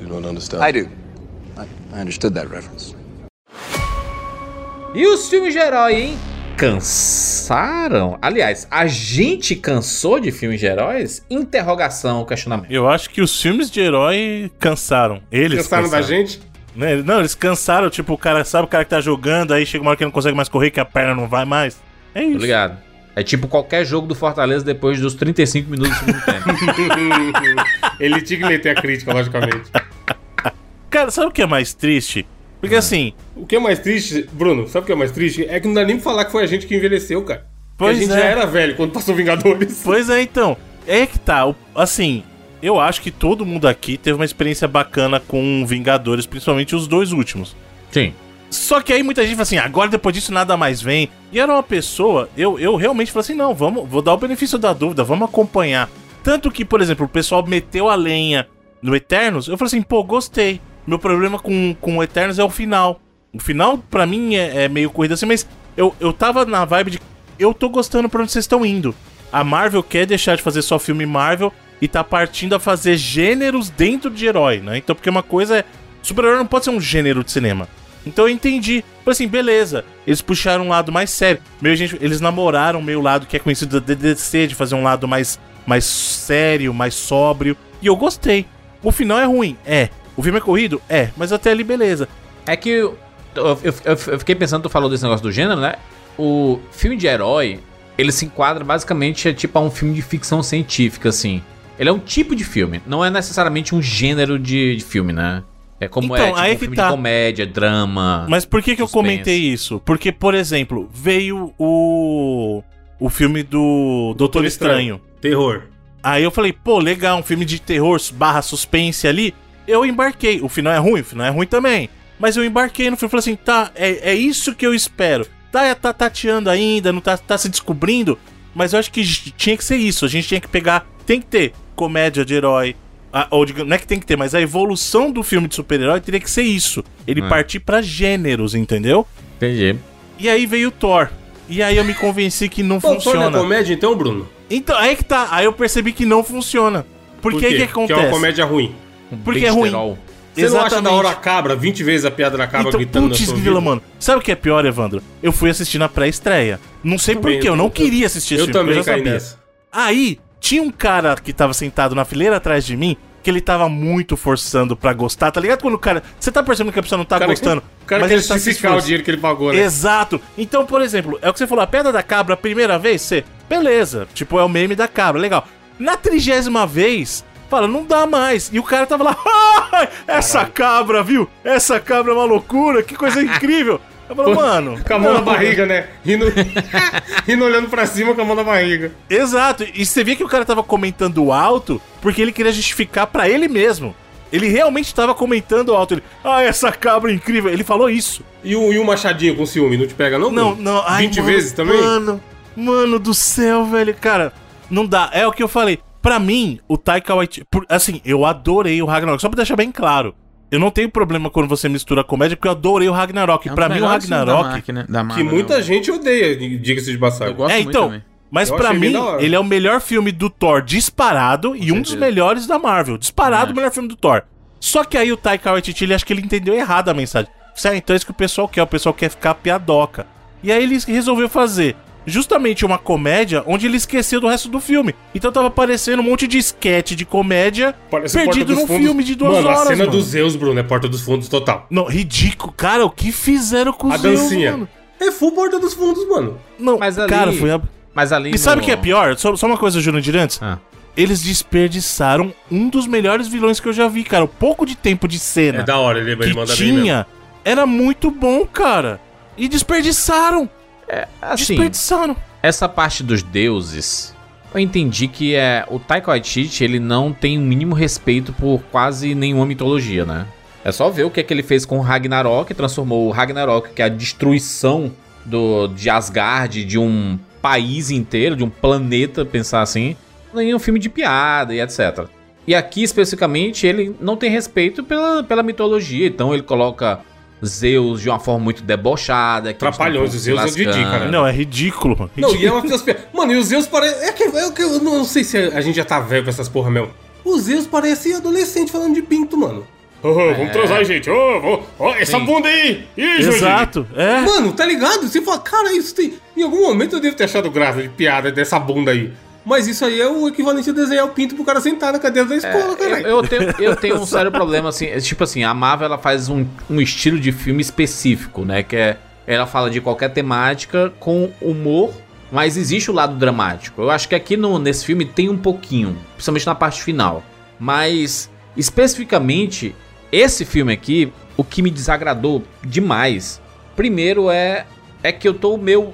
You don't understand. I do. I, I understood that reference. E os filmes de herói, hein? Cansaram? Aliás, a gente cansou de filmes de heróis? Interrogação, questionamento. Eu acho que os filmes de herói cansaram. Eles Pensaram cansaram. da gente? Né? Não, eles cansaram, tipo, o cara sabe o cara que tá jogando, aí chega uma hora que ele não consegue mais correr, que a perna não vai mais. É Tô isso. ligado? É tipo qualquer jogo do Fortaleza depois dos 35 minutos do segundo tempo. Ele tinha que meter a crítica, logicamente. Cara, sabe o que é mais triste? Porque assim, O que é mais triste, Bruno, sabe o que é mais triste? É que não dá nem pra falar que foi a gente que envelheceu, cara. Porque Pois a gente é. já era velho quando passou Vingadores. Pois é, então. É que tá. o- Assim, eu acho que todo mundo aqui teve uma experiência bacana com Vingadores, principalmente os dois últimos. Sim. Só que aí muita gente fala assim, agora depois disso nada mais vem. E era uma pessoa, eu, eu realmente falei assim, não, vamos, vou dar o benefício da dúvida, vamos acompanhar. Tanto que, por exemplo, o pessoal meteu a lenha no Eternos, eu falei assim, pô, gostei. Meu problema com, com o Eternos é o final. O final, pra mim, é, é meio corrido assim, mas eu, eu tava na vibe de. Eu tô gostando pra onde vocês estão indo. A Marvel quer deixar de fazer só filme Marvel e tá partindo a fazer gêneros dentro de herói, né? Então, porque uma coisa é. Super-herói não pode ser um gênero de cinema. Então eu entendi. Falei assim, beleza. Eles puxaram um lado mais sério. Meio gente, eles namoraram meio lado que é conhecido da DDC, de fazer um lado mais, mais sério, mais sóbrio. E eu gostei. O final é ruim? É. O filme é corrido? É. Mas até ali, beleza. É que eu, eu- eu- eu fiquei pensando, tu falou desse negócio do gênero, né? O filme de herói, ele se enquadra basicamente é tipo a um filme de ficção científica, assim. Ele é um tipo de filme, não é necessariamente um gênero de, de filme, né? É como Então, é tipo, aí um que filme tá. de comédia, drama. Mas por que, que eu Ah, Suspense. comentei isso? Porque, por exemplo, veio o. O filme do Doutor Estranho. Terror. Aí eu falei, pô, legal, um filme de terror barra suspense ali. Eu embarquei. O final é ruim, o final é ruim também. Mas eu embarquei no filme e falei assim, tá, é, é isso que eu espero. Tá, tá tateando ainda, não tá, tá se descobrindo. Mas eu acho que j- tinha que ser isso. A gente tinha que pegar. Tem que ter comédia de herói. a- ou digamos, não é que tem que ter, mas a evolução do filme de super-herói teria que ser isso. Ele partir pra gêneros, entendeu? Entendi. E aí veio o Thor. E aí eu me convenci que não Pô, funciona. torna comédia então, Bruno? Então, aí que tá. Aí eu percebi que não funciona. Porque aí que Que acontece? é uma comédia ruim. Porque é ruim. Besterol. Você não acha da hora a cabra 20 vezes a piada da cabra Então, gritando putz, na sua grila, vida? mano. Sabe o que é pior, Evandro? Eu fui assistir na pré-estreia. Não sei Também, porquê, eu não queria assistir Eu esse filme, também já caí sabia. Tá nessa. Aí, tinha um cara que tava sentado na fileira atrás de mim, que ele tava muito forçando pra gostar, tá ligado? Quando o cara... Você tá percebendo que a pessoa não tá O cara- gostando, O cara mas quer ele tá se justificar o esforçando. dinheiro que ele pagou, né? Exato. Então, por exemplo, é o que você falou, a pedra da cabra, a primeira vez, você, beleza, tipo, é o meme da cabra, legal. Na trigésima vez, fala, não dá mais. E o cara tava lá, "Ai, essa cabra, viu? Essa cabra é uma loucura, que coisa incrível. Eu falo, mano. Com a mão na não." barriga, né? Rindo, rindo olhando pra cima com a mão na barriga. Exato. E você via que o cara tava comentando alto porque ele queria justificar pra ele mesmo. Ele realmente tava comentando alto. Ele, ah, essa cabra é incrível. Ele falou isso. E o, e o machadinho com ciúme, não te pega não? Não, Bruno? não. 20 Ai, mano, vezes também? Mano, mano do céu, velho. Cara, não dá. É o que eu falei. Pra mim, o Taika Waititi... por- assim, eu adorei o Ragnarok. Só pra deixar bem claro. Eu não tenho problema quando você mistura comédia, porque eu adorei o Ragnarok. É um pra dos mim, o melhores filmes da Ragnarok... Mark, né? Da Que Marvel, muita não. gente odeia, diga-se de Eu passagem. gosto É, muito então, também. mas Eu pra achei bem mim, da hora. ele é o melhor filme do Thor disparado e um dos melhores da Marvel. Disparado, o É. melhor filme do Thor. Só que aí o Taika Waititi, ele acha que ele entendeu errado a mensagem. Sério, então é isso que o pessoal quer, o pessoal quer ficar piadoca. E aí ele resolveu fazer justamente uma comédia onde ele esqueceu do resto do filme. Então tava aparecendo um monte de esquete de comédia Parece perdido num filme de duas mano, horas, a cena mano. do Zeus, Bruno, é Porta dos Fundos total. Não, ridículo. Cara, o que fizeram com A os Zeus, dancinha. mano? É full Porta dos Fundos, mano. Não, Mas ali- cara, foi... ab- Mas ali. E sabe o no- que é pior? Só, só uma coisa, Júnior Dirantes. Ah. Eles desperdiçaram um dos melhores vilões que eu já vi, cara. O pouco de tempo de É cena da hora, ele, ele que manda bem mesmo. tinha era muito bom, cara. E desperdiçaram. Assim, Desperdiçaram. essa parte dos deuses, eu entendi que é o Taika Waititi, ele não tem o mínimo respeito por quase nenhuma mitologia, né? É só ver o que é que ele fez com o Ragnarok, transformou o Ragnarok, que é a destruição do, de Asgard, de um país inteiro, de um planeta, pensar assim, em um filme de piada e etc. E aqui, especificamente, ele não tem respeito pela, pela mitologia, então ele coloca Zeus de uma forma muito debochada. que Trapalhões, eles um estão o Zeus é o Didi, lascando. cara. Não, é ridículo, mano. Não, Ridículo. e é uma filosofia. Mano, e os Zeus parece. É que, é que eu não sei se a gente já tá velho com essas porra mesmo. Os Zeus parecem adolescente falando de pinto, mano. oh, vamos transar, gente. Oh, vamos- oh, essa Sim. bunda aí! Ih, Jorginho! Exato, é. Mano, tá ligado? Você fala, cara, isso tem. Em algum momento eu devo ter achado graça de piada dessa bunda aí. Mas isso aí é o equivalente a desenhar o pinto pro cara sentar na cadeira da escola, É, Eu, caralho. eu tenho, eu tenho um sério problema, assim. é Tipo assim, a Marvel ela faz um, um estilo de filme específico, né? Que é. Ela fala de qualquer temática com humor, mas existe o lado dramático. Eu acho que aqui no, nesse filme tem um pouquinho, principalmente na parte final. Mas, especificamente, esse filme aqui, o que me desagradou demais, primeiro é, é que eu tô meio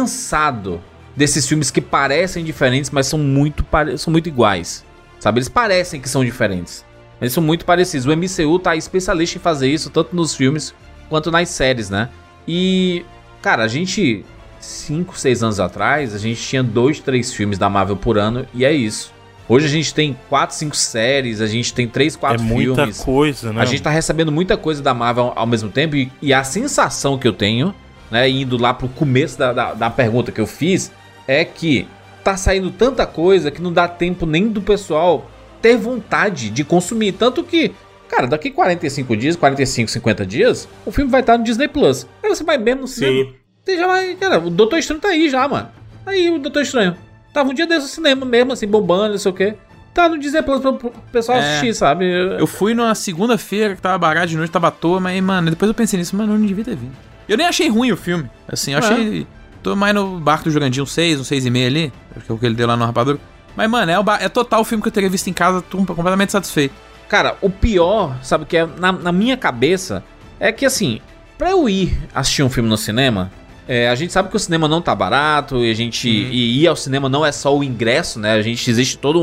cansado desses filmes que parecem diferentes, mas são muito, pare- são muito iguais. Sabe? Eles parecem que são diferentes. Mas eles são muito parecidos. O MCU tá especialista em fazer isso, tanto nos filmes quanto nas séries, né? E, cara, a gente. 5, 6 anos atrás, a gente tinha dois, três filmes da Marvel por ano, e é isso. Hoje a gente tem quatro, cinco séries, a gente tem três, É quatro filmes. muita coisa, né? A gente tá recebendo muita coisa da Marvel ao mesmo tempo e, e a sensação que eu tenho, né, indo lá pro começo da, da, da pergunta que eu fiz, é que tá saindo tanta coisa que não dá tempo nem do pessoal ter vontade de consumir. Tanto que, cara, daqui 45 dias, 45, 50 dias, o filme vai estar no Disney Plus. Aí você vai mesmo no cinema. Sim. Você já vai. Cara, o Doutor Estranho tá aí já, mano. Tá Aí o Doutor Estranho. Tava um dia desse no cinema mesmo, assim, bombando, não sei o quê. Tá no Disney Plus pro pro pessoal É. assistir, sabe? Eu fui numa segunda-feira que tava barato de noite, tava à toa, mas, mano, depois eu pensei nisso, mano, eu não devia ter vindo. Eu nem achei ruim o filme. Assim, eu achei. Tô mais no barco do Jurandinho um 6, um 6,5 ali, acho que é o que ele deu lá no rapadura. Mas, mano, é, o ba- é total o filme que eu teria visto em casa, tô completamente satisfeito. Cara, o pior, sabe o que é? Na, na minha cabeça, é que assim, pra eu ir assistir um filme no cinema, é, a gente sabe que o cinema não tá barato, e a gente. E ir ao cinema não é só o ingresso, né? A gente existe todo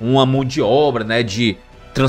um, uma mão de obra, né? De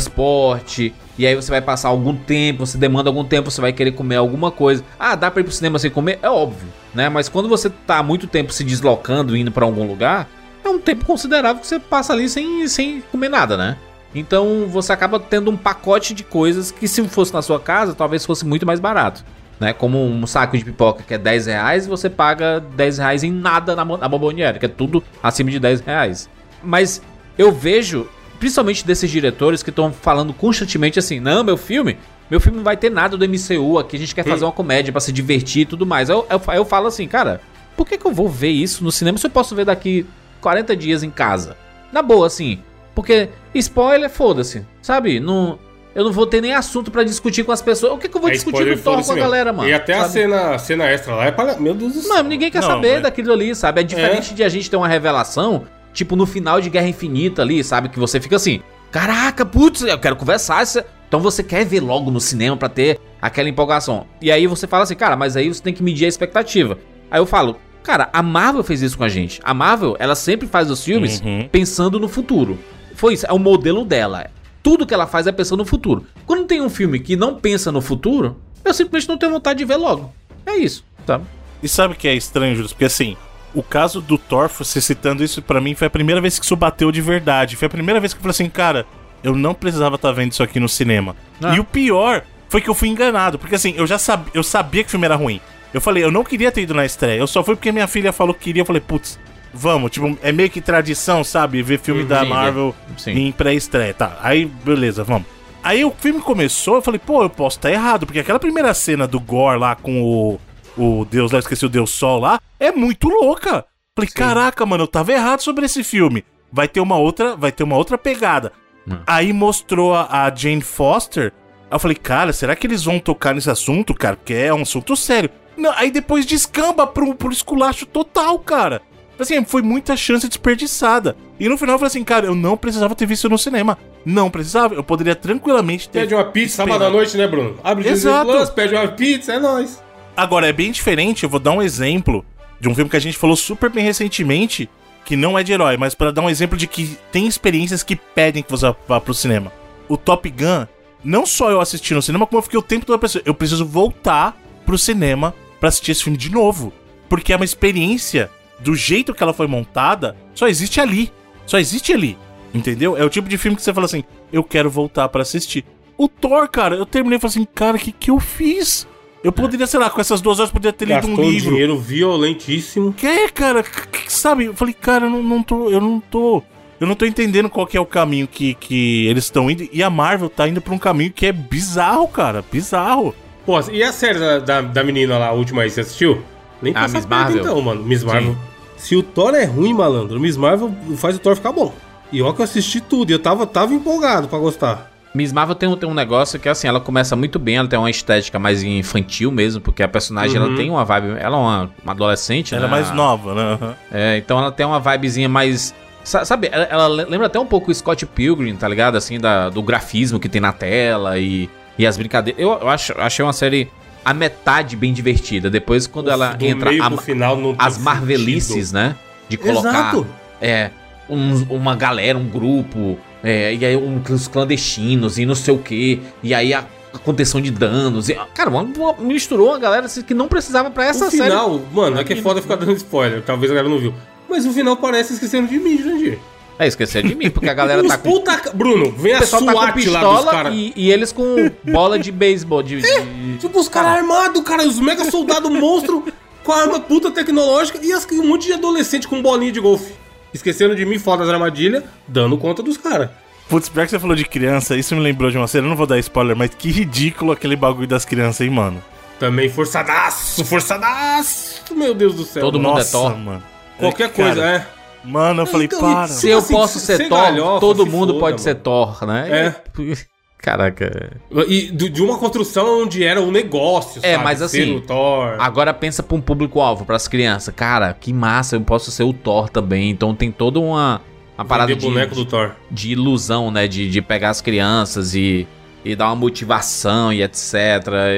transporte. E aí você vai passar algum tempo, você demanda algum tempo, você vai querer comer alguma coisa. Ah, dá pra ir pro cinema sem comer? É óbvio, né? Mas quando você tá muito tempo se deslocando, indo pra algum lugar, é um tempo considerável que você passa ali sem, sem comer nada, né? Então você acaba tendo um pacote de coisas que se fosse na sua casa, talvez fosse muito mais barato. Né? Como um saco de pipoca que é 10 reais, você paga 10 reais em nada na, mo- na bomboniere, que é tudo acima de 10 reais. Mas eu vejo, principalmente desses diretores que estão falando constantemente assim, não, meu filme, meu filme não vai ter nada do MCU aqui, a gente quer fazer uma comédia pra se divertir e tudo mais. Aí eu, eu, aí eu falo assim, cara, por que, que eu vou ver isso no cinema se eu posso ver daqui 40 dias em casa? Na boa, assim, porque spoiler, foda-se, sabe? Não, eu não vou ter nem assunto pra discutir com as pessoas. O que, que eu vou É discutir spoiler, do Thor foda-se com a mesmo. galera, mano? E até a sabe? cena, a cena extra lá é para. Meu Deus do céu. Mano, ninguém quer Não, saber mas- daquilo ali, sabe? É diferente de a gente ter uma revelação, tipo no final de Guerra Infinita ali, sabe? Que você fica assim, caraca, putz, eu quero conversar. isso é-" Então você quer ver logo no cinema pra ter aquela empolgação. E aí você fala assim, cara, mas aí você tem que medir a expectativa. Aí eu falo, cara, a Marvel fez isso com a gente. A Marvel, ela sempre faz os filmes Uhum. pensando no futuro. Foi isso, é o modelo dela. Tudo que ela faz é pensando no futuro. Quando tem um filme que não pensa no futuro, eu simplesmente não tenho vontade de ver logo. É isso, sabe? E sabe o que é estranho, Júlio? Porque assim, o caso do Thor, você citando isso pra mim, foi a primeira vez que isso bateu de verdade. Foi a primeira vez que eu falei assim, cara, eu não precisava estar vendo isso aqui no cinema. Ah. E o pior foi que eu fui enganado, porque assim, eu já sabia, eu sabia que o filme era ruim. Eu falei, eu não queria ter ido na estreia, eu só fui porque minha filha falou que queria, eu falei, putz, vamos, tipo, é meio que tradição, sabe? Ver filme da Sim, Marvel sim. em pré-estreia, tá? Aí, beleza, vamos. Aí o filme começou, eu falei, pô, eu posso estar errado, porque aquela primeira cena do Gore lá com o o Deus lá, esqueci o Deus Sol lá, é muito louca. Falei, caraca, mano, eu tava errado sobre esse filme. Vai ter uma outra, vai ter uma outra pegada. Hum. Aí mostrou a, a Jane Foster. Aí eu falei, cara, será que eles vão tocar nesse assunto, cara? Porque é um assunto sério. Não, aí depois descamba pro, pro esculacho total, cara. Assim, foi muita chance desperdiçada. E no final eu falei assim, cara, eu não precisava ter visto no cinema. Não precisava, eu poderia tranquilamente ter Pede um uma pizza sábado à noite, né, Bruno? Abre o Disney Exato. Plus, pede uma pizza, é nóis. Agora, é bem diferente, eu vou dar um exemplo de um filme que a gente falou super bem recentemente, que não é de herói, mas pra dar um exemplo de que tem experiências que pedem que você vá pro cinema. O Top Gun, não só eu assisti no cinema, como eu fiquei o tempo todo pensando, eu preciso voltar pro cinema pra assistir esse filme de novo. Porque é uma experiência, do jeito que ela foi montada, só existe ali. Só existe ali. Entendeu? É o tipo de filme que você fala assim, eu quero voltar pra assistir. O Thor, cara, eu terminei e falei assim, cara, o que, que eu fiz? Eu poderia, sei lá, com essas duas horas, eu poderia ter lido Gastou um um livro. dinheiro violentíssimo. Que, cara? Que- que- Sabe? Eu falei, cara, eu não, não tô. Eu não tô. Eu não tô entendendo qual que é o caminho que, que eles estão indo. E a Marvel tá indo pra um caminho que é bizarro, cara. Bizarro. Pô, e a série da, da, da menina lá, a última aí, você assistiu? Nem Ah, passa Miss perto, Marvel. então, mano. Miss Marvel. Se o Thor é ruim, malandro, o Miss Marvel faz o Thor ficar bom. E ó que eu assisti tudo, e eu tava, tava empolgado pra gostar. Miss Marvel tem um, tem um negócio que, assim, ela começa muito bem, ela tem uma estética mais infantil mesmo, porque a personagem, ela tem uma vibe, ela é uma, uma adolescente, Ela é né? mais nova, né? É, então ela tem uma vibezinha mais... sa- Sabe, ela, ela le- lembra até um pouco o Scott Pilgrim, tá ligado? Assim, da, do grafismo que tem na tela e, e as brincadeiras. Eu, eu acho, achei uma série a metade bem divertida. Depois, quando ela Do entra... meio a- pro final não tem as marvelices, né? De colocar Exato. é, uns- uma galera, um grupo, é, e aí um, os clandestinos e não sei o que, e aí a contenção de danos. E, cara, uma- uma- misturou uma galera assim, que não precisava pra essa o final, mano, é que é foda ficar dando spoiler, talvez a galera não viu. Mas o final parece esquecendo de mim, Jandir. série. É, esquecer de mim, porque a galera Os tá com. puta... ca- Bruno, vem O a pessoal tá SWAT com lá dos pistola caras. e, e eles com bola de beisebol. De, de- Tipo, os caras armados, cara, os mega soldados monstro com a arma puta tecnológica e as- um monte de adolescente com bolinha de golfe. Esquecendo de mim, foda das armadilhas, dando conta dos caras. Putz, pior que você falou de criança, isso me lembrou de uma cena, eu não vou dar spoiler, mas que ridículo aquele bagulho das crianças, hein, mano? Também forçadaço, forçadaço, meu Deus do céu. Todo mundo é Thor. mano. Qualquer Cara, coisa, é. Mano, eu falei, Então, para. isso- Se eu assim, posso se- ser ser Thor, galhofa, todo se mundo foda, pode mano. É. ser Thor, né? Caraca. E do- de uma construção onde era um negócio, É, mas Ser assim, o Thor. Agora pensa pra um público-alvo, pras crianças. Cara, que massa, eu posso ser o Thor também. Então tem toda uma, uma parada vender de, boneco do Thor. de ilusão, né? De, de pegar as crianças e, e dar uma motivação e etc.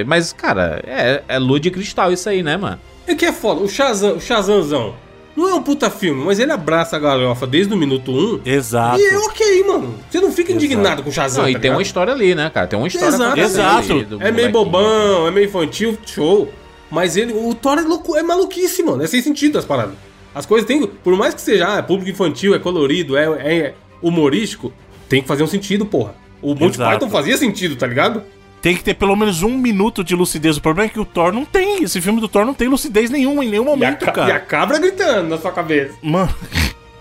Mas, cara, é, é lua de cristal isso aí, né, mano? É que é foda, o Shazam, o Shazamzão. Não é um puta filme, mas ele abraça a galhofa desde o minuto 1. Exato. E é ok, mano. Você não fica indignado com o Shazam. Não, e tá tem uma ligado? história ali, né, cara? Tem uma história Exato. acontecendo Exato. ali do É molequinho. meio bobão, é meio infantil, show. Mas ele, o Thor é, louco, é maluquice, mano. É sem sentido as paradas. As coisas tem. Por mais que seja ah, é público infantil, é colorido, é, é humorístico, tem que fazer um sentido, porra. O Monty Exato. Python fazia sentido, tá ligado? Tem que ter pelo menos um minuto de lucidez. O problema é que o Thor não tem. Esse filme do Thor não tem lucidez nenhuma em nenhum E a, momento, ca- e a cara. cabra gritando na sua cabeça. Mano.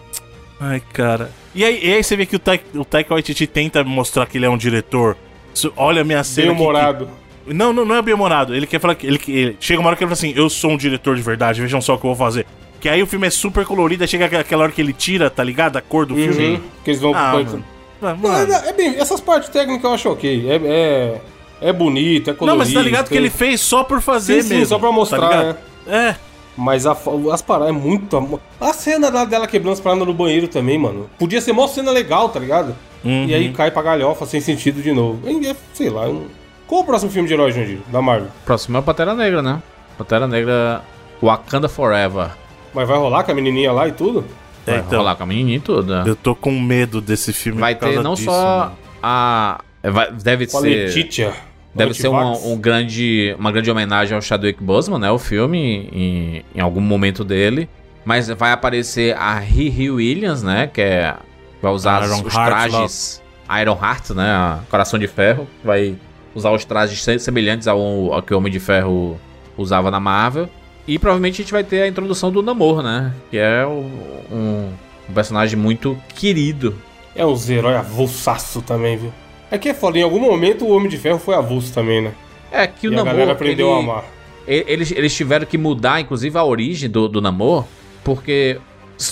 Ai, cara. E aí, e aí você vê que o, Ta o Taika Waititi tenta mostrar que ele é um diretor. Isso- Olha a minha cena. Bem que- que- humorado. Não, não, não é bem-humorado. Ele quer falar que. Ele, que- ele- chega uma hora que ele fala assim: Eu sou um diretor de verdade, vejam só o que eu vou fazer. Que aí o filme é super colorido, aí chega aquela- aquela hora que ele tira, tá ligado? A cor do Uhum. filme. Que eles vão. Ah, vão- mano. Não, é, Mano. é bem, essas partes técnicas eu acho ok. É, é, é bonito, é colorido. Não, mas tá ligado que ele fez só por fazer Sim, sim, mesmo. só pra tá mostrar, né? ligado? É. Mas a fo- as paradas é muito. amo- A cena lá dela quebrando as paradas no banheiro também, mano. Podia ser mó cena legal, tá ligado? E Uhum. aí cai pra galhofa sem sentido de novo. E é, sei lá. eu não- Qual o próximo filme de herói, Jandir? Da Marvel? Próximo é o Pantera Negra, né? Pantera Negra Wakanda Forever. Mas vai rolar com a menininha lá e tudo? É, Vai então, rolar com a menininha e tudo. né? eu tô com medo desse filme. Vai por causa ter não disso, só mano. a... é, vai- deve Com a ser... Letitia. Deve ser uma, Antivax. um grande, uma grande homenagem ao Chadwick Boseman, né? O filme, em, em algum momento dele. Mas vai aparecer a Riri Williams, né? Que é, vai usar Iron os, os Heart trajes Iron Heart, né? a Coração de Ferro. Vai usar os trajes se- semelhantes ao, ao que o Homem de Ferro usava na Marvel. E provavelmente a gente vai ter a introdução do Namor, né? Que é o- um, um personagem muito querido. É um herói avulsaço também, viu? É que é foda. Em algum momento o Homem de Ferro foi avulso também, né? É que o e a Namor. galera aprendeu ele- a amar. E- Eles, eles tiveram que mudar, inclusive, a origem do, do Namor, porque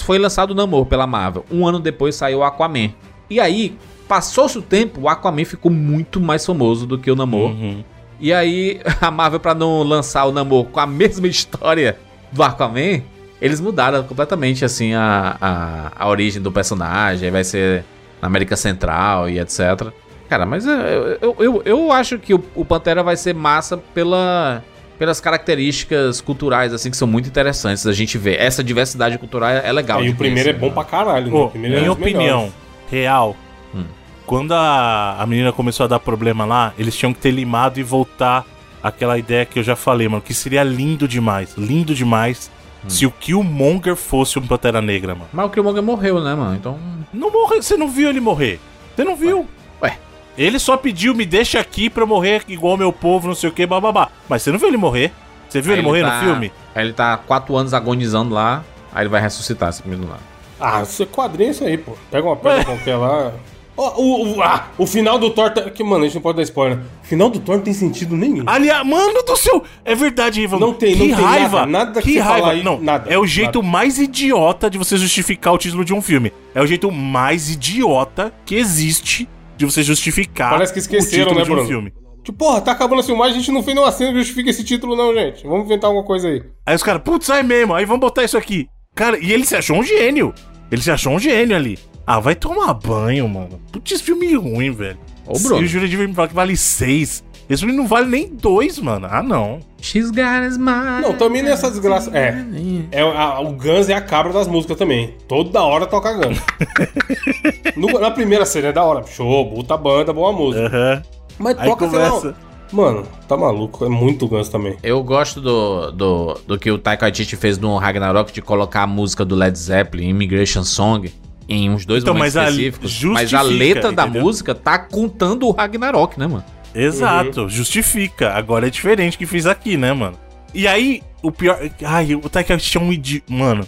foi lançado o Namor pela Marvel. Um ano depois saiu o Aquaman. E aí, passou-se o tempo, o Aquaman ficou muito mais famoso do que o Namor. Uhum. E aí, a Marvel, pra não lançar o Namor com a mesma história do Aquaman, eles mudaram completamente, assim, a, a, a origem do personagem. Aí Vai ser na América Central e etc. Cara, mas eu, eu, eu, eu acho que o, o Pantera vai ser massa pela, pelas características culturais, assim, que são muito interessantes da gente ver. Essa diversidade cultural é legal. Aí de o primeiro é conhecer, bom né? pra caralho, né? Pô, O primeiro é um minha dos melhores. opinião, real. Hum. Quando a, a menina começou a dar problema lá, eles tinham que ter limado e voltar aquela ideia que eu já falei, mano. Que seria lindo demais, lindo demais Hum. se o Killmonger fosse um Pantera Negra, mano. Mas o Killmonger morreu, né, mano? Então. Não morreu, você não viu ele morrer. Você não viu. Ué. Ele só pediu, me deixa aqui pra eu morrer igual meu povo, não sei o que, bababá. Mas você não viu ele morrer. Você viu aí ele morrer tá- no filme? Aí ele tá há quatro anos agonizando lá, aí ele vai ressuscitar esse menino lá. Ah, você quadrinha isso aí, pô. Pega uma É. pedra qualquer lá. Ó, o, o, ah, o final do Thor. tá- Que, mano, a gente não pode dar spoiler. O final do Thor não tem sentido nenhum. Aliás, mano do céu, é verdade, Ivan. Não tem- não que tem raiva, nada, nada que que falar raiva. aí, não, nada, é o nada. jeito mais idiota de você justificar o título de um filme. É o jeito mais idiota que existe de você justificar Parece que esqueceram, o título né, de um Bruno? filme. Tipo, porra, tá acabando a filmagem, a gente não fez nenhuma cena que justifica esse título, não, gente. Vamos inventar alguma coisa aí. Aí os caras, putz, aí mesmo, aí vamos botar isso aqui. Cara, e ele se achou um gênio. Ele se achou um gênio ali. Ah, vai tomar banho, mano. Putz, filme ruim, velho. Ô, Bruno. E o Júlio de Verde me fala que vale seis. Esse filme não vale nem dois, mano. Ah, não. She's got a smile. Não, também não é essa desgraça. É. é a- o Guns é a cabra das músicas também. Toda hora toca Guns. No- na primeira cena é da hora. Show, puta banda, boa música. Aham. Mas É. Aí toca, sei lá, começa. Mano, tá maluco. É muito Guns também. Eu gosto do, do, do que o Taika Waititi fez no Ragnarok de colocar a música do Led Zeppelin, Immigration Song, em uns dois Então, momentos mas a- específicos. Mas justifica, a letra da entendeu? música tá contando o Ragnarok, né, mano? Exato, Uhum. justifica. Agora é diferente que fiz aqui, né, mano? E aí, o pior. Ai, o Taika Waititi é um idi... Mano,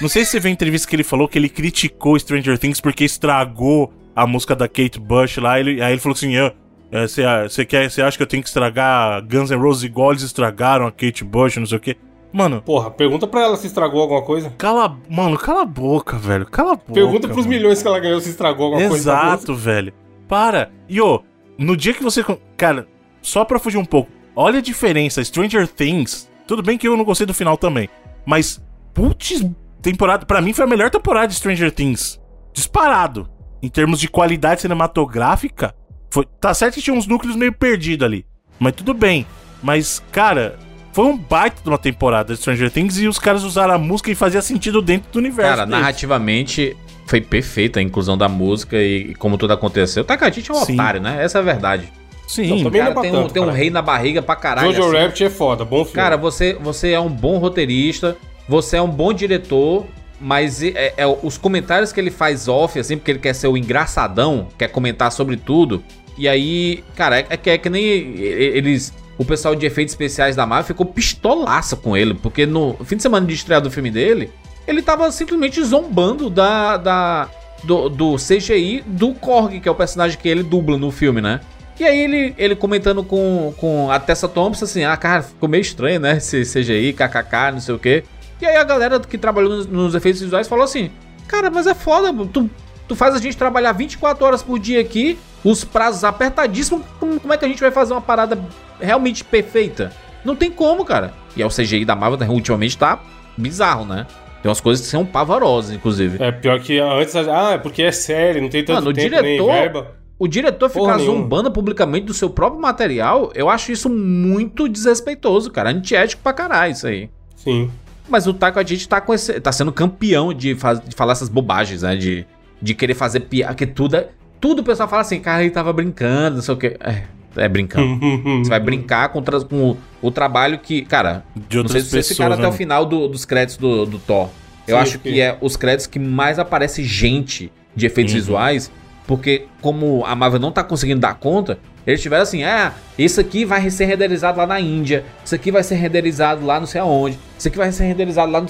não sei se você vê a entrevista que ele falou que ele criticou Stranger Things porque estragou a música da Kate Bush lá. Ele... Aí ele falou assim: "Ah, é, você você quer, você acha que eu tenho que estragar Guns N' Roses igual eles estragaram a Kate Bush, não sei o quê? Mano, Porra, pergunta pra ela se estragou alguma coisa. cala. Mano, cala a boca, velho. Cala a boca. Pergunta pros mano. milhões que ela ganhou se estragou alguma coisa. da música. Exato, velho. Para. E ô, no dia que você. con- Cara, só pra fugir um pouco, olha a diferença. Stranger Things. Tudo bem que eu não gostei do final também. Mas, putz, temporada. Pra mim foi a melhor temporada de Stranger Things. Disparado. Em termos de qualidade cinematográfica. Foi... Tá certo que tinha uns núcleos meio perdidos ali. Mas tudo bem. Mas, cara. Foi um baita de uma temporada de Stranger Things e os caras usaram a música e fazia sentido dentro do universo. Cara, deles. narrativamente foi perfeita a inclusão da música e, e como tudo aconteceu. O Taika Waititi é um Sim. otário, né? Essa é a verdade. Sim. Também não é cara, pra tem, um, tanto, tem um cara. rei na barriga pra caralho. Jojo assim. Rabbit é foda, bom filme. Cara, você, você é um bom roteirista, você é um bom diretor, mas é- é- os comentários que ele faz off, assim, porque ele quer ser o engraçadão, quer comentar sobre tudo. E aí, cara, é, é que, é que nem e- e- eles. O pessoal de efeitos especiais da Marvel ficou pistolaça com ele, porque no fim de semana de estreia do filme dele, ele tava simplesmente zombando da, da, do, do CGI do Korg, que é o personagem que ele dubla no filme, né? E aí ele, ele comentando com, com a Tessa Thompson assim, ah, cara, ficou meio estranho, né? Esse CGI, kkk, não sei o quê. E aí a galera que trabalhou nos, nos efeitos visuais falou assim, cara, mas é foda, tu, tu faz a gente trabalhar 24 horas por dia aqui, os prazos apertadíssimos, como, como é que a gente vai fazer uma parada realmente perfeita? Não tem como, cara. E aí o CGI da Marvel ultimamente tá bizarro, né? Tem umas coisas que são pavorosas, inclusive. É pior que antes. Ah, é porque é série, não tem tanto Mano, o tempo nem diretor- verba. O diretor Porra ficar nenhuma. zombando publicamente do seu próprio material, eu acho isso muito desrespeitoso, cara. Antiético pra caralho isso aí. Sim. Mas o Taco Adit tá, com esse, tá sendo campeão de, faz- de falar essas bobagens, né? De, de querer fazer piada, que tudo é- Tudo o pessoal fala assim, cara, ele tava brincando, não sei o quê. É, é Hum. brincando. Você vai brincar com, tra- com o, o trabalho que, cara, De não sei se tá vocês ficaram até né, o final do- dos créditos do, do Thor. Eu Sim, acho que sim. é os créditos que mais aparece gente de efeitos Uhum. visuais, porque como a Marvel não tá conseguindo dar conta, eles tiveram assim, ah, isso aqui vai ser renderizado lá na Índia, isso aqui vai ser renderizado lá não sei aonde, isso aqui vai ser renderizado lá no...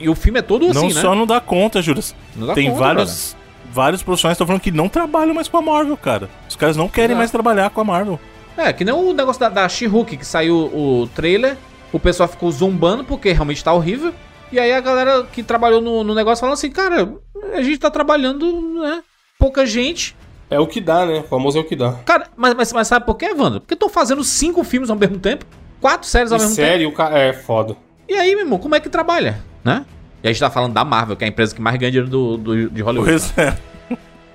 E o filme é todo assim, Não né? só não dá conta, Juras. Não dá Tem conta, cara. vários, vários profissionais que estão falando que não trabalham mais com a Marvel, cara. Os caras não querem Não. mais trabalhar com a Marvel. É, que nem o negócio da, da She-Hulk, que saiu o trailer, o pessoal ficou zombando porque realmente tá horrível. E aí a galera que trabalhou no, no negócio falou assim, cara, a gente tá trabalhando, né? Pouca gente. É o que dá, né? O famoso é o que dá. Cara, mas, mas, mas sabe por quê, Wanda? Porque estão fazendo cinco filmes ao mesmo tempo, quatro séries ao E mesmo tempo. série, o cara. É foda. E aí, meu irmão, como é que trabalha, né? E a gente tá falando da Marvel, que é a empresa que mais ganha dinheiro do, do- de Hollywood. né? Pois é.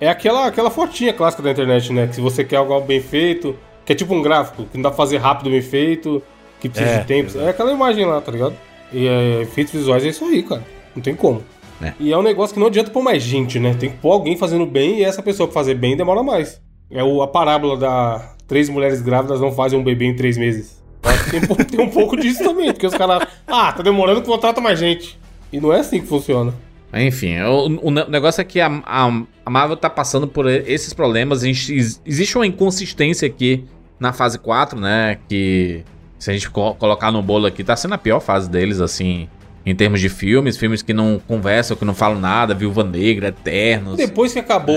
É aquela, aquela fotinha clássica da internet, né? Que se você quer algo bem feito, que é tipo um gráfico, que não dá pra fazer rápido bem feito, que precisa É, de tempo. É aquela imagem lá, tá ligado? E é, efeitos visuais é isso aí, cara. Não tem como. É. E é um negócio que não adianta pôr mais gente, né? Tem que pôr alguém fazendo bem e essa pessoa pra fazer bem demora mais. É o, a parábola da três mulheres grávidas não fazem um bebê em três meses. Eu acho que Tem, um pouco- tem um pouco disso também, porque os caras. Ah, tá demorando, contrata mais gente. E não é assim que funciona. Enfim, o, o ne- o negócio é que a, a- a Marvel tá passando por esses problemas. A gente- ex- existe uma inconsistência aqui na fase 4, né? Que se a gente co- colocar no bolo aqui, tá sendo a pior fase deles, assim, em termos de filmes, filmes que não conversam, que não falam nada, Viúva Negra, Eternos. Depois que acabou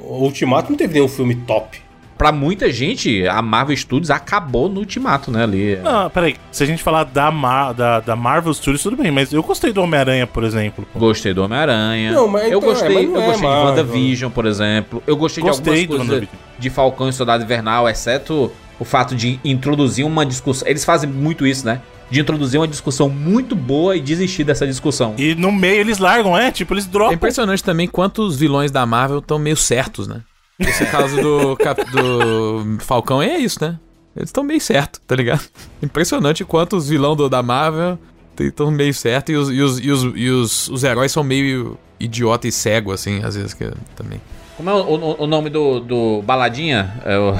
o Ultimato, não teve nenhum filme top. Pra muita gente, a Marvel Studios acabou no Ultimato, né? Ali. Não, peraí. Se a gente falar da, Mar da, da Marvel Studios, tudo bem, mas eu gostei do Homem-Aranha, por exemplo. Gostei do Homem-Aranha. Não, mas eu então, é, gostei, mas não eu é gostei de Marvel. WandaVision, por exemplo. Eu gostei, Gostei de do algumas coisas WandaVision. de Falcão e Soldado Invernal, exceto o fato de introduzir uma discussão. Eles fazem muito isso, né? De introduzir uma discussão muito boa e desistir dessa discussão. E no meio eles largam, é? Tipo, eles É dropam. impressionante também quantos vilões da Marvel estão meio certos, né? Esse caso do, Cap- do Falcão é isso, né? Eles estão meio certo, tá ligado? Impressionante quantos vilão do, da Marvel estão meio certo e, os, e, os, e, os, e os, os heróis são meio idiota e cego, assim, às vezes que também. Como é o, o- o nome do, do Baladinha? É o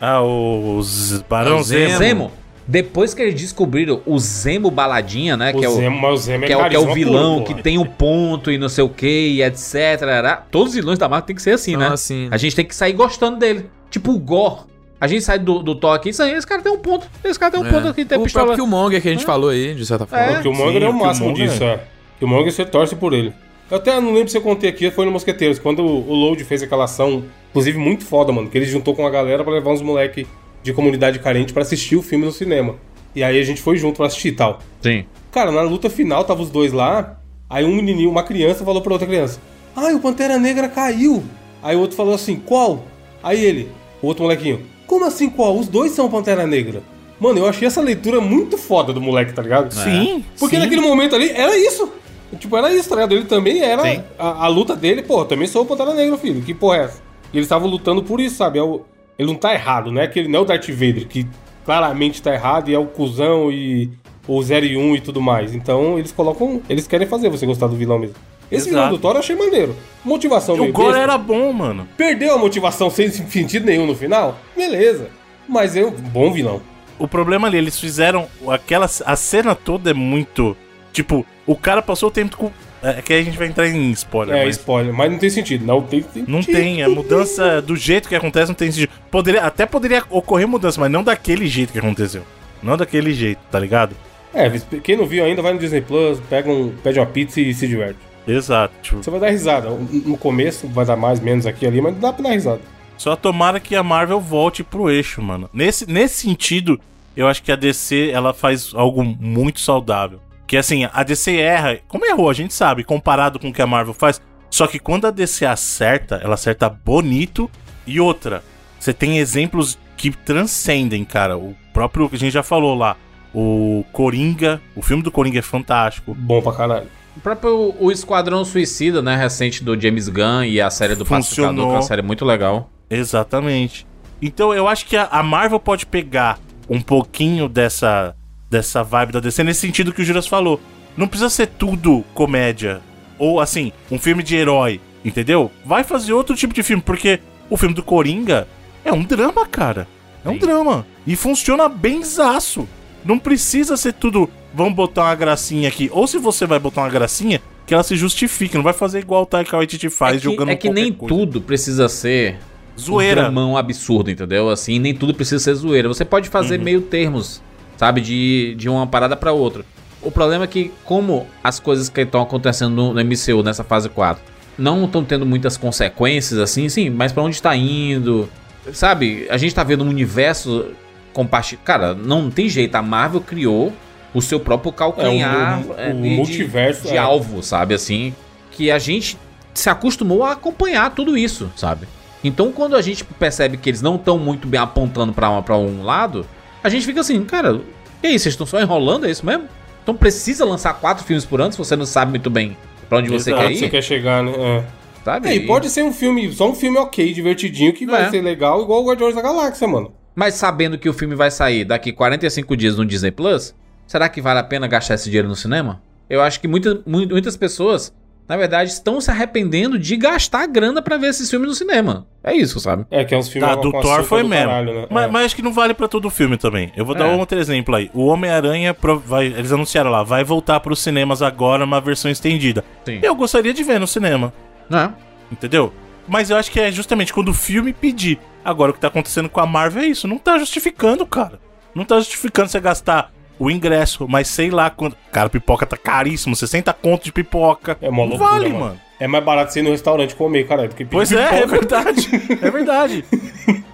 Ah, os Barão É o Zemo. Zemo. Zemo. Depois que eles descobriram o Zemo Baladinha, né? O que é o, Zemo, mas o Zemo é que é, o, que é o carisma vilão, puro, que pô. tem o ponto e não sei o que, e etc. ará. Todos os vilões da Marvel tem que ser assim, né? Então, assim, A gente tem que sair gostando dele. Tipo o Gore. A gente sai do, do toque e diz, "Ah, esse cara tem um ponto. Esse cara tem um é. ponto aqui, tem o pistola. próprio Killmonger que a gente Ah. falou aí, de certa forma. O Killmonger Sim, é o o máximo Killmonger disso, é. é. O Killmonger você torce por ele. Eu até não lembro se eu contei aqui, foi no Mosqueteiros, quando o Load fez aquela ação, inclusive muito foda, mano, que ele juntou com a galera pra levar uns moleque de comunidade carente pra assistir o filme no cinema. E aí a gente foi junto pra assistir e tal. Sim. Cara, na luta final tava os dois lá, aí um menininho, uma criança, falou pra outra criança: Ai, o Pantera Negra caiu. Aí o outro falou assim: Qual? Aí ele, o outro molequinho: Como assim qual? Os dois são o Pantera Negra. Mano, eu achei essa leitura muito foda do moleque, tá ligado? Sim. Porque sim. naquele momento ali era isso. Tipo, era isso, tá ligado? Ele também era. Sim. A, a luta dele, pô, eu também sou o Pantera Negra, filho. Que porra é essa? E eles estavam lutando por isso, sabe? É o- ele não tá errado, né? Que ele não é o Darth Vader, que claramente tá errado e é o cuzão e o 0 e 1 e tudo mais. Então eles colocam. Eles querem fazer você gostar do vilão mesmo. Esse vilão Exato. do Thor eu achei maneiro. Motivação O meio Gore besta. era bom, mano. Perdeu a motivação sem sentido nenhum no final? Beleza. Mas é um bom vilão. O problema ali, eles fizeram aquela. A cena toda é muito. Tipo, o cara passou o tempo com. É que aí a gente vai entrar em spoiler. É, mas spoiler, mas não tem sentido. Não tem sentido. Não tem, a mudança do jeito que acontece não tem sentido. Poderia, até poderia ocorrer mudança, mas não daquele jeito que aconteceu. Não daquele jeito, tá ligado? É, quem não viu ainda, vai no Disney Plus, pega um, pede uma pizza e se diverte. Exato. tipo, Você vai dar risada. Um, No começo vai dar mais, menos aqui e ali, mas dá pra dar risada. Só tomara que a Marvel volte pro eixo, mano. Nesse, nesse sentido, eu acho que a DC ela faz algo muito saudável. Que assim, a DC erra, como errou, a gente sabe, comparado com o que a Marvel faz. Só que quando a DC acerta, ela acerta bonito. E outra, você tem exemplos que transcendem, cara. O próprio que a gente já falou lá, o Coringa, o filme do Coringa é fantástico. Bom pra caralho. O próprio o Esquadrão Suicida, né? Recente do James Gunn e a série do Pacificador, que é Funcionou. uma série muito legal. Exatamente. Então eu acho que a, a Marvel pode pegar um pouquinho dessa, dessa vibe da DC nesse sentido que o Juras falou. Não precisa ser tudo comédia. Ou assim, um filme de herói, entendeu? Vai fazer outro tipo de filme, porque o filme do Coringa é um drama, cara. É um Sim. drama. E funciona bem zaço. Não precisa ser tudo. Vamos botar uma gracinha aqui. Ou se você vai botar uma gracinha, que ela se justifique. Não vai fazer igual o Taika Waititi faz, é que, jogando é que qualquer nem coisa. tudo precisa ser um Zoeira. dramão absurdo, entendeu? Assim, nem tudo precisa ser zoeira. Você pode fazer meio termos, sabe? De, de uma parada pra outra. O problema é que, como as coisas que estão acontecendo no, no MCU nessa fase 4 não estão tendo muitas consequências, assim, sim, mas pra onde tá indo? Sabe? A gente tá vendo um universo compartilhado. Cara, não tem jeito. A Marvel criou o seu próprio calcanhar o- é, o de- de- um, multiverso, de é. alvo, sabe? Assim, que a gente se acostumou a acompanhar tudo isso, sabe? Então, quando a gente percebe que eles não estão muito bem apontando pra uma- pra um lado, a gente fica assim, cara, que isso? Vocês estão só enrolando? É isso mesmo? Então precisa lançar quatro filmes por ano se você não sabe muito bem pra onde você Exato, quer Onde você ir, quer chegar, né? É. sabe? É, e pode ser um filme, só um filme ok, divertidinho, que vai É. ser legal, igual o Guardiões da Galáxia, mano. Mas sabendo que o filme vai sair daqui 45 dias no Disney Plus, será que vale a pena gastar esse dinheiro no cinema? Eu acho que muita, mu- muitas pessoas, na verdade, estão se arrependendo de gastar grana pra ver esses filmes no cinema. É isso, sabe? É, que é uns filmes Tá, do com Thor açúcar foi do mesmo. caralho, né? Mas, É. mas acho que não vale pra todo filme também. Eu vou dar É. um outro exemplo aí. O Homem-Aranha, pro- vai- eles anunciaram lá, vai voltar pros cinemas agora uma versão estendida. Sim. Eu gostaria de ver no cinema, Né? entendeu? Mas eu acho que é justamente quando o filme pedir. Agora, o que tá acontecendo com a Marvel é isso. Não tá justificando, cara. Não tá justificando você gastar o ingresso, mas sei lá quanto. Cara, pipoca tá caríssimo, 60 conto de pipoca. É uma Não loucura, Vale, mano. mano. É mais barato você ir no restaurante comer, caralho. Porque pedir Pois é, é pipoca- verdade. É verdade.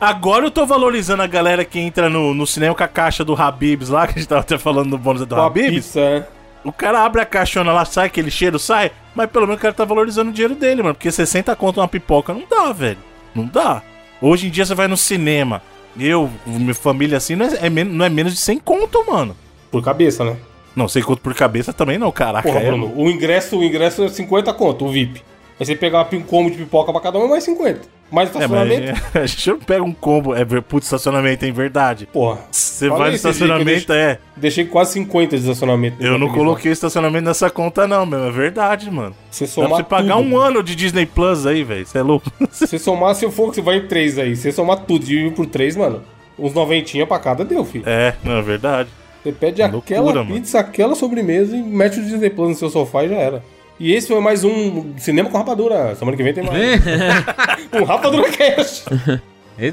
Agora eu tô valorizando a galera que entra no, no cinema com a caixa do Habibs lá, que a gente tava até falando no bônus do Uma Habibs. pizza, é. O cara abre a caixona lá, sai aquele cheiro, sai, mas pelo menos o cara tá valorizando o dinheiro dele, mano. Porque 60 conto uma pipoca não dá, velho. Não dá. Hoje em dia você vai no cinema. Eu, minha família assim, não é, é men- não é menos de 100 conto, mano. Por cabeça, né? Não, 100 conto por cabeça também não, caraca. Porra, é- Bruno, o ingresso, o ingresso é 50 conto, o VIP. Aí você pegar um combo de pipoca pra cada um é mais 50. Mais É, mas estacionamento, a gente não pega um combo. É, ver- putz, estacionamento, é verdade. porra. Você Fala vai no aí, Cid, que eu estacionamento, é. Deixei quase 50 de estacionamento. Eu não coloquei estacionamento nessa conta, não, meu. É verdade, mano. Você Dá pra somar você pagar tudo, um ano de Disney Plus aí, velho. Você é louco. Se você somar, se eu for que você vai em 3 aí, se você somar tudo dividir por 3, mano, uns noventinha pra cada deu, filho. É, não, é verdade. Você pede Loucura, aquela mano. pizza, aquela sobremesa e mete o Disney Plus no seu sofá e já era. E esse foi mais um Cinema com Rapadura. Semana que vem tem mais. um Rapadura Cash. Muito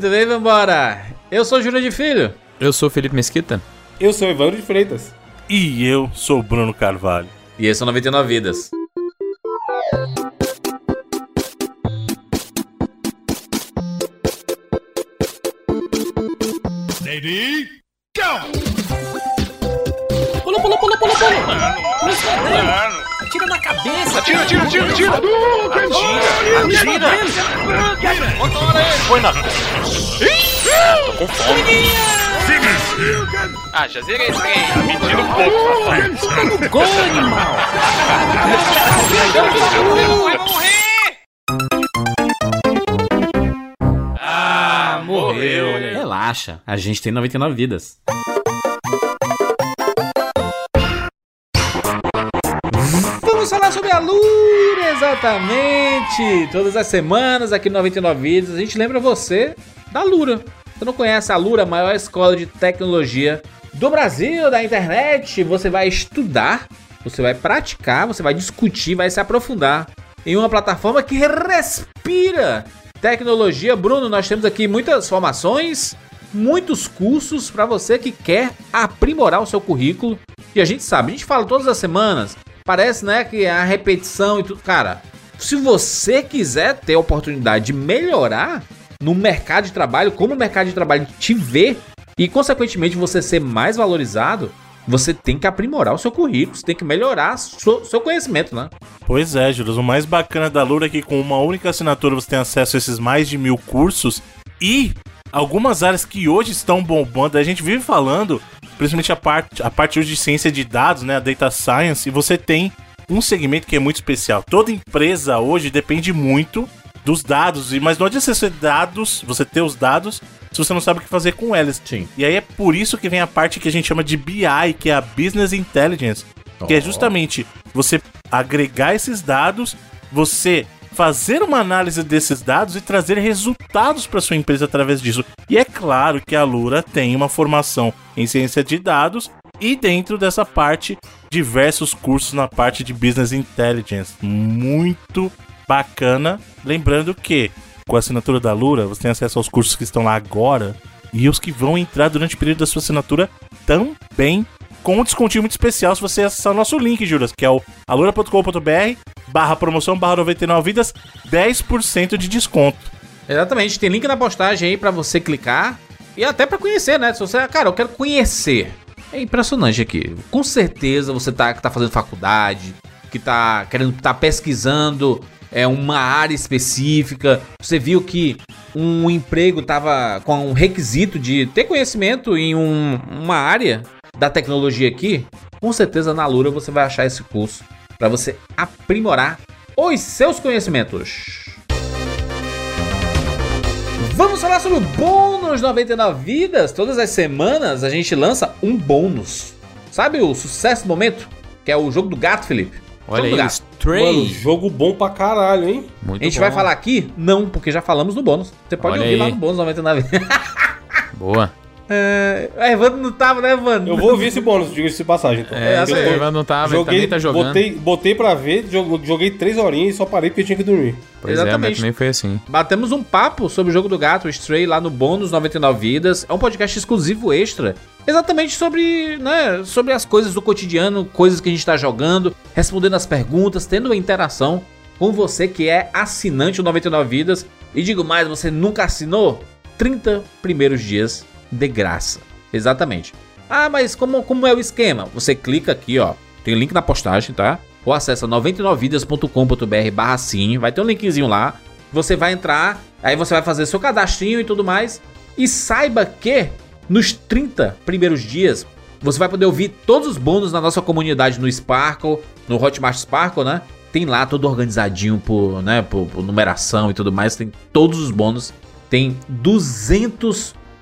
bem, Então vambora. Eu sou Júlio de Filho. Eu sou o Felipe Mesquita. Eu sou o Evandro de Freitas. E eu sou o Bruno Carvalho. E esse é o 99 Vidas. Relaxa, a gente tem 99 vidas. Vamos falar sobre a Lura, exatamente! Todas as semanas aqui no 99 Vidas, a gente lembra você da Lura. Você não conhece a Lura, a maior escola de tecnologia do Brasil, da internet? Você vai estudar, você vai praticar, você vai discutir, vai se aprofundar em uma plataforma que respira tecnologia. Bruno, nós temos aqui muitas formações, muitos cursos para você que quer aprimorar o seu currículo. E a gente sabe, a gente fala todas as semanas, parece né que a repetição e tudo. Cara, se você quiser ter a oportunidade de melhorar no mercado de trabalho, como o mercado de trabalho te vê e consequentemente você ser mais valorizado, você tem que aprimorar o seu currículo, você tem que melhorar seu, seu conhecimento, né? Pois é, Juros. O mais bacana da Lura é que com uma única assinatura você tem acesso a esses mais de mil cursos e algumas áreas que hoje estão bombando. A gente vive falando, principalmente a parte, a parte hoje de ciência de dados, né? A data science. E você tem um segmento que é muito especial. Toda empresa hoje depende muito dos dados. e Mas não adianta você ter dados, você ter os dados, se você não sabe o que fazer com eles. Sim. E aí é por isso que vem a parte que a gente chama de BI, que é a Business Intelligence. Que é justamente você agregar esses dados, você fazer uma análise desses dados e trazer resultados para sua empresa através disso. E é claro que a Lura tem uma formação em ciência de dados e dentro dessa parte diversos cursos na parte de business intelligence. Muito bacana. Lembrando que com a assinatura da Lura, você tem acesso aos cursos que estão lá agora e os que vão entrar durante o período da sua assinatura também com um descontinho muito especial se você acessar o nosso link, Juras, que é o alura.com.br barra promoção barra 99 vidas, 10% de desconto. Exatamente, tem link na postagem aí pra você clicar e até pra conhecer, né? Se você, cara, eu quero conhecer. É impressionante aqui. Com certeza você tá que tá fazendo faculdade, que tá querendo tá pesquisando é uma área específica. Você viu que um emprego tava com um requisito de ter conhecimento em um- uma área da tecnologia aqui. Com certeza na Lura você vai achar esse curso pra você aprimorar os seus conhecimentos. Vamos falar sobre o bônus 99 vidas. Todas as semanas a gente lança um bônus. Sabe o sucesso do momento? Que é o jogo do gato, Felipe. Olha jogo aí, do o gato. Mano, Stray. jogo bom pra caralho, hein? Muito A gente bom. vai falar aqui? Não, porque já falamos no bônus. Você pode Olha ouvir lá aí. no bônus 99. Boa. É... Ah, Evandro não tava, né, Evandro? Eu vou ouvir esse bônus, diga-se de passagem. Então. É, eu essa tô- aí, mas não tava, ele Joguei, também tá jogando. Botei, botei pra ver, jo- joguei três horinhas e só parei porque eu tinha que dormir. Pois é, Exatamente. mas também foi assim. Batemos um papo sobre o jogo do gato, o Stray, lá no Bônus 99 Vidas. É um podcast exclusivo extra. Exatamente sobre, né, sobre as coisas do cotidiano, coisas que a gente tá jogando, respondendo as perguntas, tendo uma interação com você que é assinante do 99 Vidas. E digo mais, você nunca assinou? 30 primeiros dias de graça. Exatamente. Ah, mas como, como é o esquema? Você clica aqui, ó. Tem link na postagem, tá? Ou acessa 99vidas.com.br barra sim. Vai ter um linkzinho lá. Você vai entrar, aí você vai fazer seu cadastrinho e tudo mais. E saiba que nos 30 primeiros dias você vai poder ouvir todos os bônus na nossa comunidade no Sparkle, no Hotmart Sparkle, né? Tem lá todo organizadinho por, né, por, por numeração e tudo mais. Tem todos os bônus. Tem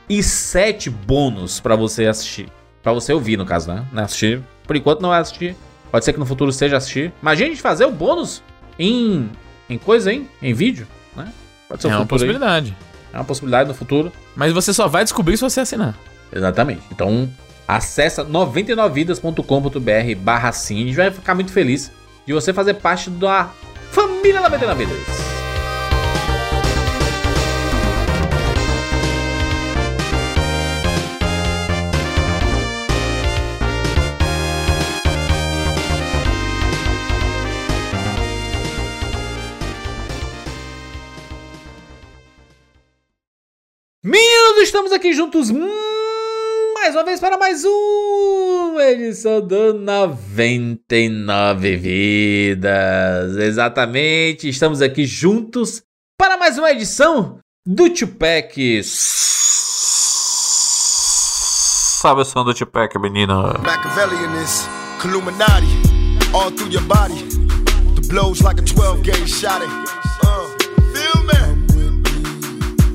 207 bônus pra você assistir. Pra você ouvir, no caso, né? Não é assistir. Por enquanto não é assistir. Pode ser que no futuro seja assistir. Imagina a gente fazer o bônus em, em coisa, hein? Em vídeo, né? Pode ser É um uma futuro aí. possibilidade. É uma possibilidade no futuro. Mas você só vai descobrir se você assinar. Exatamente. Então, acessa 99vidas.com.br barra sim. A gente vai ficar muito feliz de você fazer parte da família 99 Vidas. Meninos, estamos aqui juntos hum, mais uma vez para mais uma edição do 99 Vidas. Exatamente, estamos aqui juntos para mais uma edição do Tupac. Sabe o som do Tupac, menina? Machiavellian is Illuminati all through your body. The blows like a 12 gauge shot. It. Uh, feel me?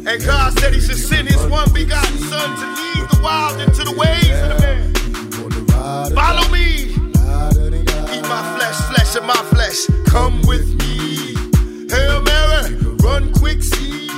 And God said He should send His one begotten Son to lead the wild into the ways of the man. Follow me. Eat my flesh, flesh of my flesh. Come with me. Hail Mary, run quick, see.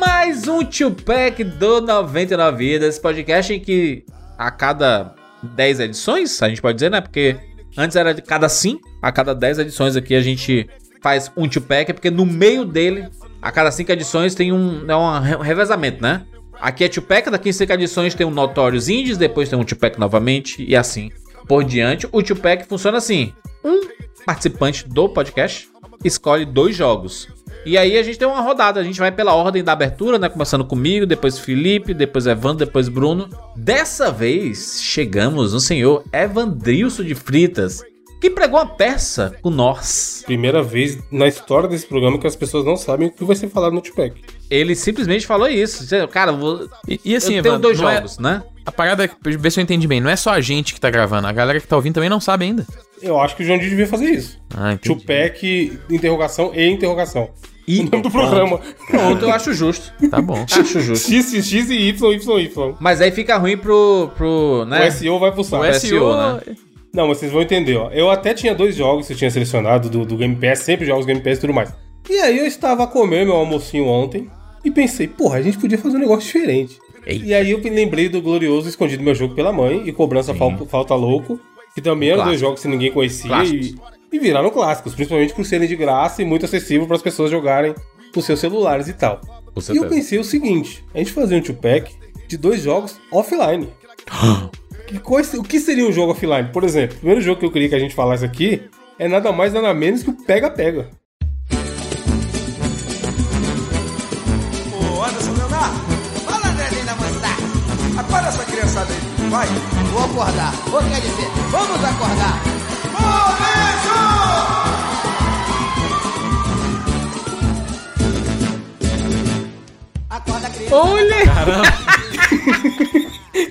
Mais um Tupac do 99 Vidas, esse podcast em que a cada 10 edições, a gente pode dizer, né? Porque antes era de cada 5, a cada 10 edições aqui a gente faz um Tupac, porque no meio dele, a cada 5 edições tem um, é um re- revezamento, né? Aqui é Tupac, daqui em 5 edições tem um Notórios Indies, depois tem um Tupac novamente e assim por diante. O Tupac funciona assim: um participante do podcast escolhe dois jogos. E aí a gente tem uma rodada, a gente vai pela ordem da abertura, né? Começando comigo, depois Felipe, depois Evandro, depois Bruno. Dessa vez chegamos no senhor Evandrilson de Fritas, que pregou uma peça com nós. Primeira vez na história desse programa que as pessoas não sabem o que vai ser falado no Tupac. Ele simplesmente falou isso. Disse, Cara, eu vou... E, e assim, eu tenho Evandro, dois não é- jogos, né? a parada, é- pra ver se eu entendi bem, não é só a gente que tá gravando, a galera que tá ouvindo também não sabe ainda. Eu acho que o João Didi devia fazer isso. Ah, entendi. Tupac, interrogação e interrogação. o nome do programa. Pronto, Então eu acho justo. Tá bom. acho justo. X, X, X e Y, Y, Y. Mas aí fica ruim pro. pro né? O SEO vai pro saco. É. O SEO, né? Não, mas vocês vão entender, ó. Eu até tinha dois jogos que eu tinha selecionado do, do Game Pass, sempre jogos Game Pass e tudo mais. E aí eu estava a comer meu almocinho ontem e pensei, porra, a gente podia fazer um negócio diferente. Eita. E aí eu me lembrei do Glorioso Escondido Meu Jogo pela Mãe e Cobrança Falta, Falta Louco, que também eram dois Clássico. jogos que ninguém conhecia e, Clássicos. e viraram clássicos, principalmente por serem de graça e muito acessível para as pessoas jogarem nos seus celulares e tal. Com E eu certeza. pensei o seguinte: a gente fazia um two-pack de dois jogos offline. que coisa, o que seria um jogo offline? Por exemplo, o primeiro jogo que eu queria que a gente falasse aqui é nada mais nada menos que o Pega-Pega. Ô Anderson Leonardo, fala André da Mostrar. Acorda essa criançada aí. Vai. Vou acordar. Vou quer dizer, vamos acordar. Momento! Acorda, criança. Olha!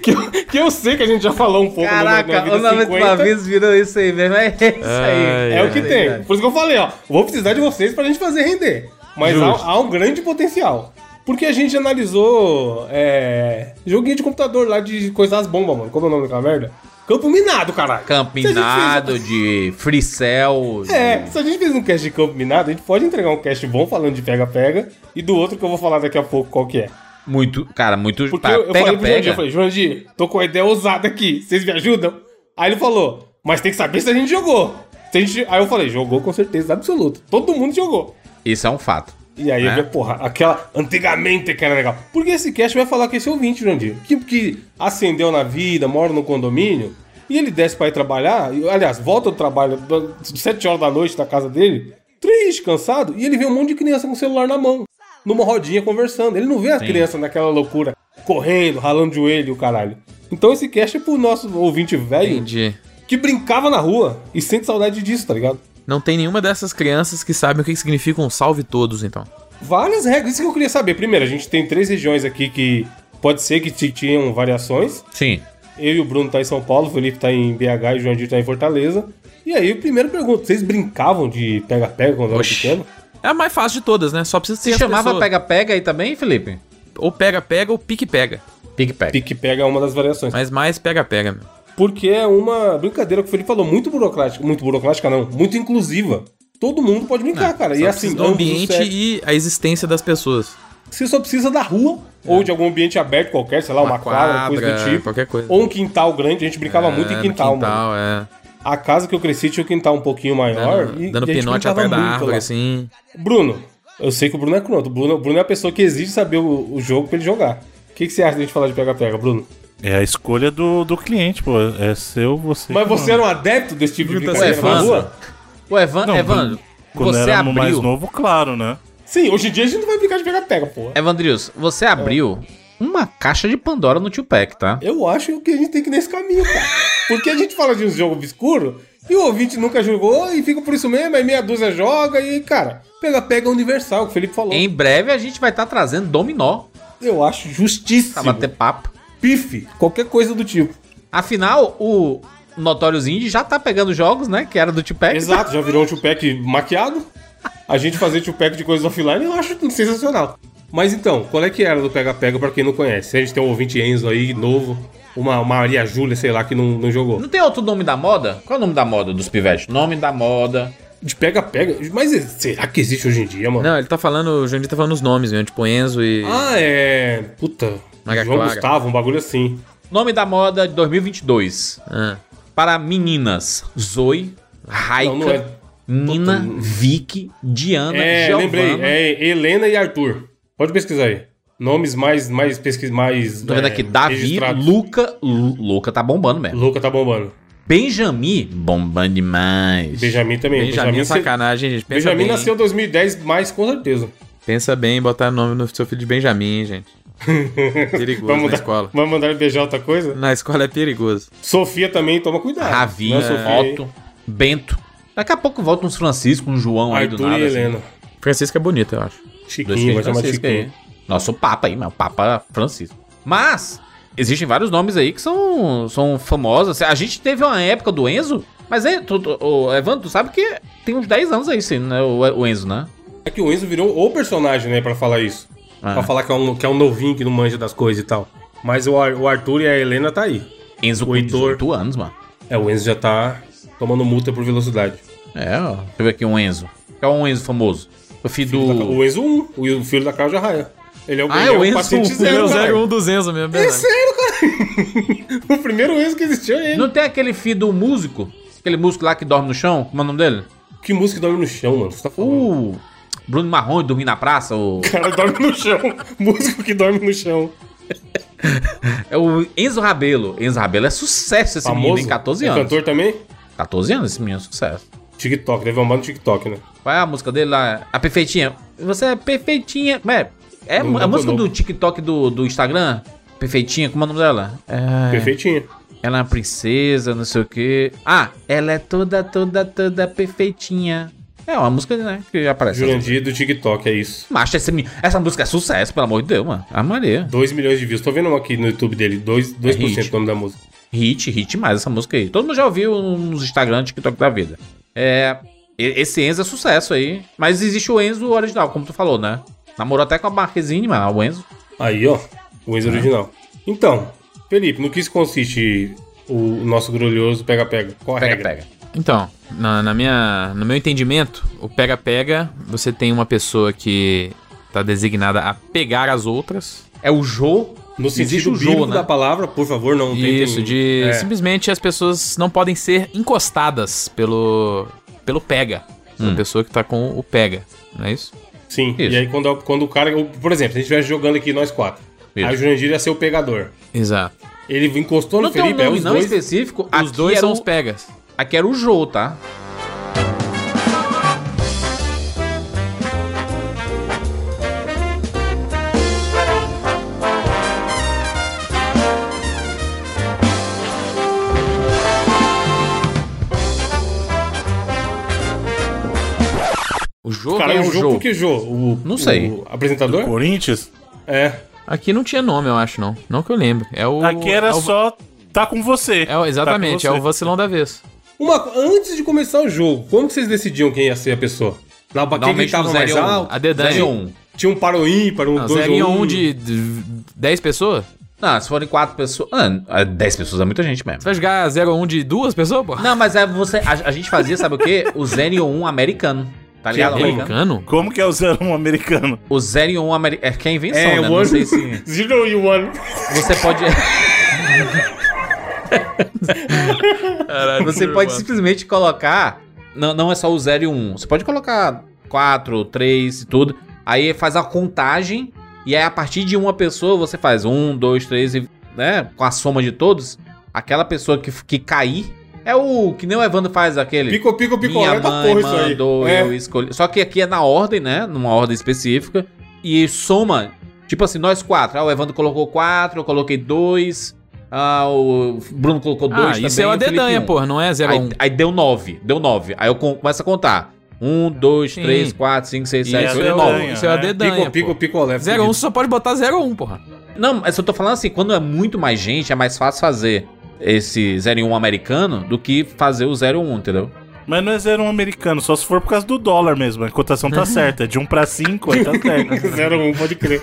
Que eu, que eu sei que a gente já falou um pouco Caraca, o no nome Nova Vida do 50. aviso virou isso aí mesmo. É isso aí. É o que tem. Por isso que eu falei, ó. Vou precisar de vocês pra gente fazer render. Mas há, há um grande potencial. Porque a gente analisou é, joguinho de computador lá de coisar as bombas, mano. Como é o nome daquela merda? Campo minado, caralho. Se a gente fez- um- Campinado de Free Cell. de- É, se a gente fez um cast de campo minado, a gente pode entregar um cast bom falando de pega-pega e do outro que eu vou falar daqui a pouco qual que é. Muito, cara, muito. Porque pá, eu, eu pega, falei pro Jurandir, pega. eu falei, Jurandir, tô com uma ideia ousada aqui, vocês me ajudam? Aí ele falou, mas tem que saber se a gente jogou. Se a gente... Aí eu falei, jogou com certeza, absoluto. Todo mundo jogou. Isso é um fato. E aí, Né? eu vi, porra, aquela antigamente que era legal. Porque esse cast vai falar que esse é ouvinte, Jurandir, que, que ascendeu na vida, mora no condomínio, e ele desce pra ir trabalhar, e, aliás, volta do trabalho do- sete horas da noite na casa dele, triste, cansado, e ele vê um monte de criança com o celular na mão, numa rodinha conversando. Ele não vê as crianças naquela loucura, correndo, ralando o joelho e o caralho. Então esse cast é pro nosso ouvinte velho Entendi. que brincava na rua e sente saudade disso, tá ligado? Não tem nenhuma dessas crianças que sabem o que que significa um salve todos, então. Várias regras. Isso que eu queria saber. Primeiro, a gente tem três regiões aqui que pode ser que t- tinham variações. Sim. Eu e o Bruno tá em São Paulo, o Felipe tá em BH e o Joandir tá em Fortaleza. E aí, eu primeiro pergunto, vocês brincavam de pega-pega quando era Oxi. pequeno? É a mais fácil de todas, né? Só precisa Se ser chamava pega-pega aí também, Felipe? Ou pega-pega ou pique-pega. Pique-pega. Pique-pega é uma das variações. Mas mais pega-pega, meu. Porque é uma brincadeira que o Felipe falou, muito burocrática. Muito burocrática, não. Muito inclusiva. Todo mundo pode brincar, cara. E Só assim, precisa do ambos os ambiente sexos. e a existência das pessoas. Você só precisa da rua ou de algum ambiente aberto qualquer, sei lá, uma, É. Uma quadra, coisa do quadra, tipo. qualquer coisa. Ou um quintal grande. A gente brincava muito em É, no quintal, mano. é. A casa que eu cresci tinha um quintal um pouquinho maior. Dando, e, dando e a gente pinote brincava atrás da muito árvore, lá. assim. Bruno, eu sei que o Bruno é crono. O Bruno, o Bruno é a pessoa que exige saber o, o jogo pra ele jogar. O que, que você acha da gente falar de pega-pega, Bruno? É a escolha do, do cliente, pô. É seu, você. Mas você era um adepto desse tipo de Bruno tá brincadeira sendo na fã. rua? Ô, Evan, Não, Evan, Quando você era mais abriu. novo, claro, né? Sim, hoje em dia a gente não vai brincar de pega-pega, É. pô. Evandrius, você abriu uma caixa de Pandora no Tio Pack, tá? Eu acho que a gente tem que ir nesse caminho, cara. Porque a gente fala de um jogo obscuro e o ouvinte nunca jogou e fica por isso mesmo, aí meia dúzia joga e, cara, pega-pega é universal, que o Felipe falou. Em breve a gente vai estar trazendo Dominó Eu acho Tá, pra justíssimo. bater papo. Pife, qualquer coisa do tipo. Afinal, o Notórios Indie já tá pegando jogos, né? Que era do Tio Pack. Exato, já virou um two-pack maquiado. A gente fazer two-pack de coisas offline eu acho sensacional. Mas então, qual é que era do pega-pega pra quem não conhece? A gente tem um ouvinte Enzo aí, novo, uma, uma Maria Júlia, sei lá, que não, não jogou. Não tem outro nome da moda? Qual é o nome da moda dos pivetes? Nome da moda. De pega-pega, mas é, será que existe hoje em dia, mano? Não, ele tá falando, o Jandir tá falando os nomes mesmo, tipo Enzo e. Ah, é. Puta. Maria João Clara. Gustavo, um bagulho assim. Nome da moda de 2022. Ah. Para meninas, Zoe, Raika, Não, não é. Nina, Vicky, Diana, É, Giovanna. lembrei. É Helena e Arthur. Pode pesquisar aí. Nomes mais. mais pesquisa mais. Tô vendo é, aqui, Davi, registrados. Luca, Lu- Luca tá bombando mesmo. Luca tá bombando. Benjamin, bombando demais. Benjamin também. Benjamin é se- sacanagem, gente. Pensa Benjamin bem. nasceu em 2010, mais com certeza. Pensa bem em botar nome no seu filho de Benjamin, hein, gente. Vamos Perigoso na mandar, escola. vamos mandar ele beijar outra coisa? Na escola é perigoso. Sofia também, toma cuidado. Ravi, Não é Sofia, hein? né? Otto, Bento. Daqui a pouco volta uns Francisco, um João aí do Arthur nada. e assim. Helena. Francisco é bonito, eu acho. Dois Chiquinho, vai filhos chamar de Francisco aí. Chiquinho. Nosso Papa aí, mas o Papa Francisco. Mas, existem vários nomes aí que são, são famosos. Assim, A gente teve uma época do Enzo, mas é, tu, tu, o Evan, tu sabe que tem uns 10 anos aí, sim, né, o, o Enzo, né? É que o Enzo virou o personagem, né, pra falar isso. Ah. Pra falar que é, um, que é um novinho que não manja das coisas e tal. Mas o, Ar- o Arthur e a Helena tá aí. Enzo com O Heitor. 18 anos, mano. É, o Enzo já tá tomando multa por velocidade. É, ó. Deixa eu ver aqui um Enzo. Qual é um Enzo famoso? O filho Da Ca- do... O Enzo 1, o filho da Cláudia Raia. Ele é o, Ah, ele é o Enzo, paciente o zero, cara. um dos Enzo mesmo, É sério, cara. o primeiro Enzo que existiu é ele. Não tem aquele filho do músico? Aquele músico lá que dorme no chão? Como é o nome dele? Que música dorme no chão, mano? Você tá falando? O Bruno Marrone dormir na praça? O... O cara dorme no chão. Músico que dorme no chão. É o Enzo Rabelo. Enzo Rabelo é sucesso esse menino, hein? 14 É anos. cantor também? 14 anos esse menino, é sucesso. TikTok, deve amar no TikTok, né? Qual é a música dele lá? A Perfeitinha. Você é perfeitinha. Como é? É Não mu- a dá música pra do não. TikTok do, do Instagram? Perfeitinha, como é o nome dela? É... Perfeitinho. Ela é uma princesa, não sei o quê. Ah, ela é toda, toda, toda perfeitinha. É uma música, né, que aparece. Jurandir do TikTok, é isso. Macho, esse menino- essa música é sucesso, pelo amor de Deus, mano. A Maria. 2 milhões de views. Tô vendo uma aqui no YouTube dele. 2%, 2 hit. do nome da música. Hit, hit mais essa música aí. Todo mundo já ouviu nos Instagram, TikTok da vida. É. e- Esse Enzo é sucesso aí. Mas existe o Enzo original, como tu falou, né? Namorou até com a Marquezine, mano, o Enzo. Aí, ó. O É. Enzo original. Então, Felipe, no que isso consiste o nosso grulhoso pega-pega? Qual a Pega, regra? pega. Então, na, na minha, no meu entendimento, o pega-pega, você tem uma pessoa que tá designada a pegar as outras, É o Jo. No Existe sentido o bíblico Jo, né? da palavra, por favor, não tentem- Isso, de É. simplesmente as pessoas não podem ser encostadas pelo pelo pega. Uma Hum. pessoa que tá com o pega, não é isso? Sim, Isso. e aí quando, quando o cara. Por exemplo, se a gente estivesse jogando aqui nós quatro, Isso. aí o Jurandir ia ser o pegador. Exato. Ele encostou no Não tem um Felipe, é nome os não dois. específico. Os Os dois são os pegas. Aqui era o Jo, tá? O jogo. O cara é Quem é o o Jô, Jô? porque Jô, o, Não sei. o apresentador? Corinthians? É. Aqui não tinha nome, eu acho, não. Não que eu lembre. É o. Aqui era é o- só tá com você. é o- exatamente, Tá com é o você. vacilão da vez. Uma, co- antes de começar o jogo, como que vocês decidiam quem ia ser a pessoa? Na quem Normalmente gritava no mais zero e um. alto? A dedanha. Zero e um. Tinha um para o ímpar, um Não, 2 zero e um um de de 10 pessoas? Não, se forem quatro pessoas. Ah, dez pessoas é muita gente mesmo. Você vai jogar 0 ou 1 de duas pessoas, pô? Não, mas é você. A, a gente fazia, sabe o quê? O Zenion 1 americano. Tá ligado? Que americano? Americano? Como que é o 01 americano? O Zenion 1 americano. É que é invenção, É, né? o Não one. sei se. Zero e um one. Você pode. Você pode simplesmente colocar. Não, não é só o 0 e 1. Você pode colocar 4, 3 e tudo. Aí faz a contagem. E aí, a partir de uma pessoa, você faz 1, 2, 3 e. Né, com a soma de todos. Aquela pessoa que, que cair. É o que nem o Evandro faz aquele. Pico, pico, pico. Minha é da mãe porra isso aí. mandou É. eu escolher. Só que aqui é na ordem, né? Numa ordem específica. E soma, tipo assim, nós quatro. Ah, o Evandro colocou quatro, eu coloquei dois. Ah, o Bruno colocou dois Ah, também. isso é e uma o Felipe dedanha, um. porra, não é 0 Aí, ou 1. aí deu nove, deu nove. Aí eu com- começo a contar. Um, dois, Sim. três, quatro, cinco, seis, Isso sete, Isso oito, é nove. dedanha, isso é uma né? dedanha. Pico, pico, pico, left. 0 1 você só pode botar 0 1, porra. Não, mas eu tô falando assim, quando é muito mais gente, é mais fácil fazer esse 0 e 1 americano do que fazer o 0 e 1, entendeu? Mas não é 01 americano, só se for por causa do dólar mesmo. A cotação tá certa. De 1 pra 5, aí tá certo. Zero um, pode crer.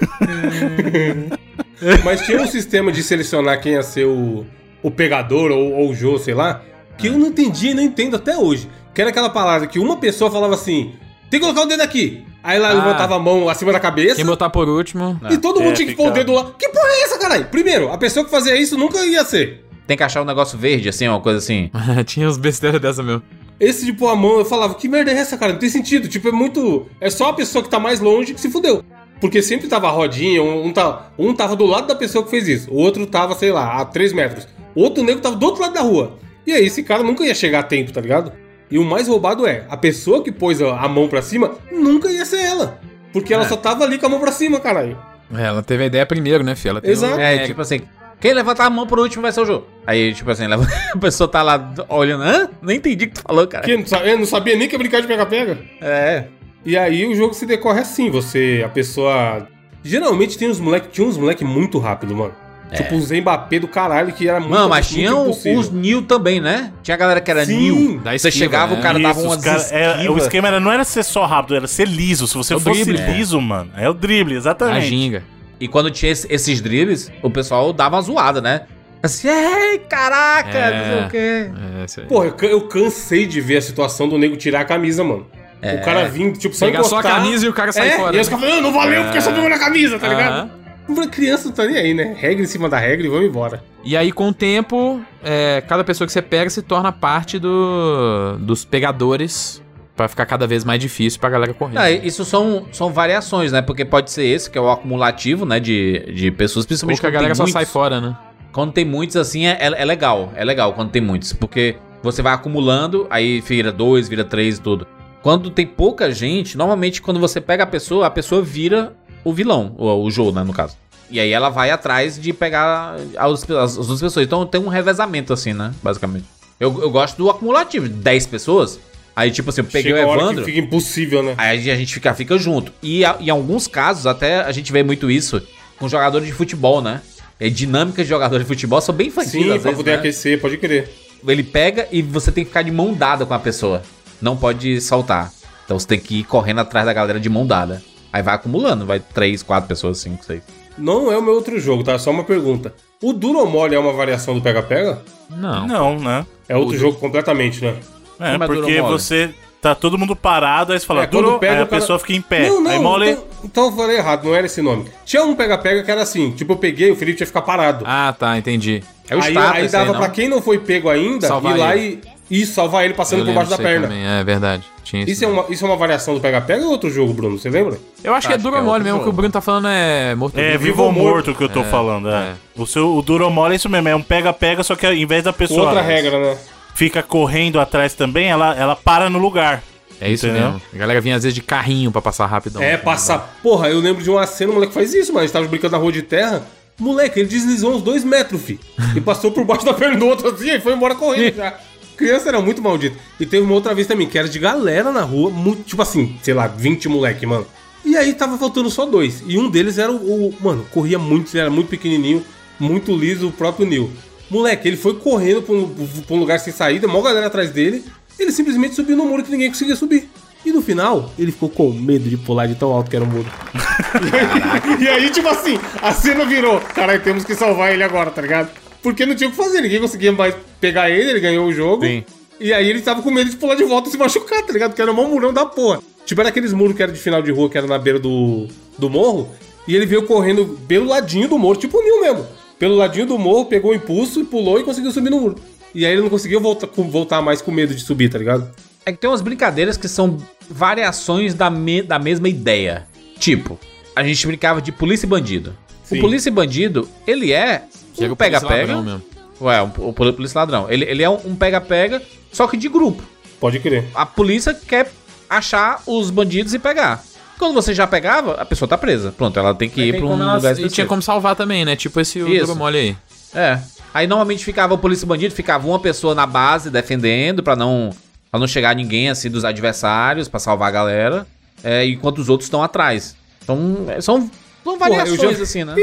Mas tinha um sistema de selecionar quem ia ser o, o pegador ou, ou o Jô, sei lá, que eu não entendi e não entendo até hoje. Que era aquela palavra que uma pessoa falava assim: tem que colocar o dedo aqui. Aí lá Ah. levantava a mão acima da cabeça. Quem botar por último. E todo É, mundo tinha que pôr o ficava. dedo lá. Que porra é essa, caralho? Primeiro, a pessoa que fazia isso nunca ia ser. Tem que achar um negócio verde, assim, uma coisa assim. Tinha uns besteiras dessa mesmo. Esse de pôr a mão, eu falava, que merda é essa, cara? Não tem sentido. Tipo, é muito. É só a pessoa que tá mais longe que se fudeu. Porque sempre tava a rodinha, um, um tá- um tava do lado da pessoa que fez isso, o outro tava, sei lá, a 3 metros. O outro nego tava do outro lado da rua. E aí, esse cara nunca ia chegar a tempo, tá ligado? E o mais roubado é, a pessoa que pôs a, a mão pra cima nunca ia ser ela. Porque ela só tava ali com a mão pra cima, caralho. É, ela teve a ideia primeiro, né, filha? Ela tem Exato. o- É, tipo assim, quem levantar a mão por último vai ser o jogo. Aí, tipo assim, leva- a pessoa tá lá olhando, hã? Nem entendi o que tu falou, cara. Que não sa- eu não sabia nem que ia brincar de pega-pega. É. E aí o jogo se decorre assim, você, a pessoa... Geralmente tem uns moleque, tinha uns moleque muito rápido, mano. Tipo os Mbappé do caralho, que era muito Mano, É. mas muito tinha um- o- impossível. os New também, né? Tinha a galera que era Sim. New. Da Daí você esquiva, chegava, né? o cara dava Isso, umas os cara- é, o esquivas. esquema era, não era ser só rápido, era ser liso. Se você É o fosse drible, pô. liso, mano. É o drible, A exatamente. ginga. E quando tinha esse- esses dribles, o pessoal dava uma zoada, né? Assim, ei, caraca, não sei É. o quê. É, isso aí. Porra, eu, ca- eu cansei de ver a situação do nego tirar a camisa, mano. É. O cara vindo, tipo, só Pegar só a camisa e o cara sai é, fora. né? E os né? caras falando, não valeu Ah. porque só pegou na camisa, tá ligado? Aham. Pra criança não tá nem aí, né? Regra em cima da regra e vamos embora. E aí, com o tempo, é, cada pessoa que você pega se torna parte do, dos pegadores. Pra ficar cada vez mais difícil pra galera correr. Ah, isso são, são variações, né? Porque pode ser esse, que é o acumulativo, né? De, de pessoas, Ou principalmente que a quando tem galera só muitos. sai fora, né? Quando tem muitos, assim, é, é legal. É legal quando tem muitos. Porque você vai acumulando, aí vira dois, vira três e tudo. Quando tem pouca gente, normalmente quando você pega a pessoa, a pessoa vira o vilão, ou o jogo, né, no caso. E aí ela vai atrás de pegar as, as, as outras pessoas. Então tem um revezamento, assim, né, basicamente. Eu, eu gosto do acumulativo, 10 pessoas. Aí, tipo assim, eu peguei Chega o a hora Evandro. que fica impossível, né? Aí a gente fica, fica junto. E a- em alguns casos, até a gente vê muito isso com jogadores de futebol, né? É, dinâmicas de jogadores de futebol são bem infantis, Sim, pra às vezes, poder né? aquecer, pode crer. Ele pega e você tem que ficar de mão dada com a pessoa. Não pode saltar. Então você tem que ir correndo atrás da galera de mão dada. Aí vai acumulando, vai três, quatro pessoas, cinco, seis. Não é o meu outro jogo, tá? Só uma pergunta. O Duro ou Mole é uma variação do Pega-Pega? Não. Não, né? É outro jogo completamente, né? É, Como é duro porque mole? você. Tá todo mundo parado, aí você fala, É, quando durou, pega, aí o a cara- pessoa fica em pé. Não, não, aí mole. então, então eu falei errado, não era esse nome. Tinha um pega-pega que era assim, tipo, eu peguei, o Felipe ia ficar parado. Ah, tá, entendi. É o aí, status aí esse dava não? pra quem não foi pego ainda Salvar ir lá ele. e, e salvar ele passando Eu por lembro baixo da disso aí perna. também, É verdade. Tinha Isso é, uma, isso é uma variação do pega-pega ou outro jogo, Bruno? Você lembra? Eu acho que é Acho duro que é ou mole outro mesmo. O que o jogo. Bruno tá falando é morto. É, vivo. vivo ou morto que eu tô falando, é. é. O, seu, o duro ou mole é isso mesmo, é um pega-pega, só que ao invés da pessoa Outra regra, né? fica correndo atrás também, ela, ela para no lugar. É isso Entendeu? mesmo. A galera vinha às vezes de carrinho pra passar rapidão. né, É, passa. Porra, eu lembro de uma cena, o moleque faz isso, mano. A gente tava brincando na rua de terra. Moleque, ele deslizou uns dois metros, fi. E passou por baixo da perna do outro assim e foi embora correndo já. Criança era muito maldita. E teve uma outra vez também, que era de galera na rua, muito, tipo assim, sei lá, 20 moleque, mano. E aí tava faltando só dois. E um deles era o. o- mano, corria muito, ele era muito pequenininho, muito liso, o próprio Neil. Moleque, ele foi correndo pra um, pra um lugar sem saída, mó galera atrás dele. Ele simplesmente subiu no muro que ninguém conseguia subir. E no final, ele ficou com medo de pular de tão alto que era o muro. e aí, tipo assim, a cena virou. Caralho, temos que salvar ele agora, tá ligado? Porque não tinha o que fazer, ninguém conseguia mais pegar ele, ele ganhou o jogo. Sim. E aí ele tava com medo de pular de volta e se machucar, tá ligado? Porque era o maior murão da porra. Tipo, era aqueles muros que era de final de rua, que era na beira do, do morro. E ele veio correndo pelo ladinho do morro, tipo o Nil mesmo. Pelo ladinho do morro, pegou o impulso e pulou e conseguiu subir no muro. E aí ele não conseguiu voltar, com- voltar mais com medo de subir, tá ligado? É que tem umas brincadeiras que são variações da, me- da mesma ideia. Tipo, a gente brincava de polícia e bandido. O Sim. polícia e bandido, ele é Chega um o polícia pega-pega. ladrão mesmo. Ué, um- o poli- polícia ladrão. Ele, ele é um um pega-pega, só que de grupo. Pode crer. A polícia quer achar os bandidos e pegar. Quando você já pegava, a pessoa tá presa. Pronto, ela tem que ir pra um lugar E tinha específico. É como salvar também, né? Tipo esse Isso. duro ou mole aí. É. Aí normalmente ficava o polícia e bandido, ficava uma pessoa na base defendendo pra não para não chegar ninguém assim dos adversários, pra salvar a galera, é, enquanto os outros estão atrás. Então, é, são, são variações eu já- assim, né?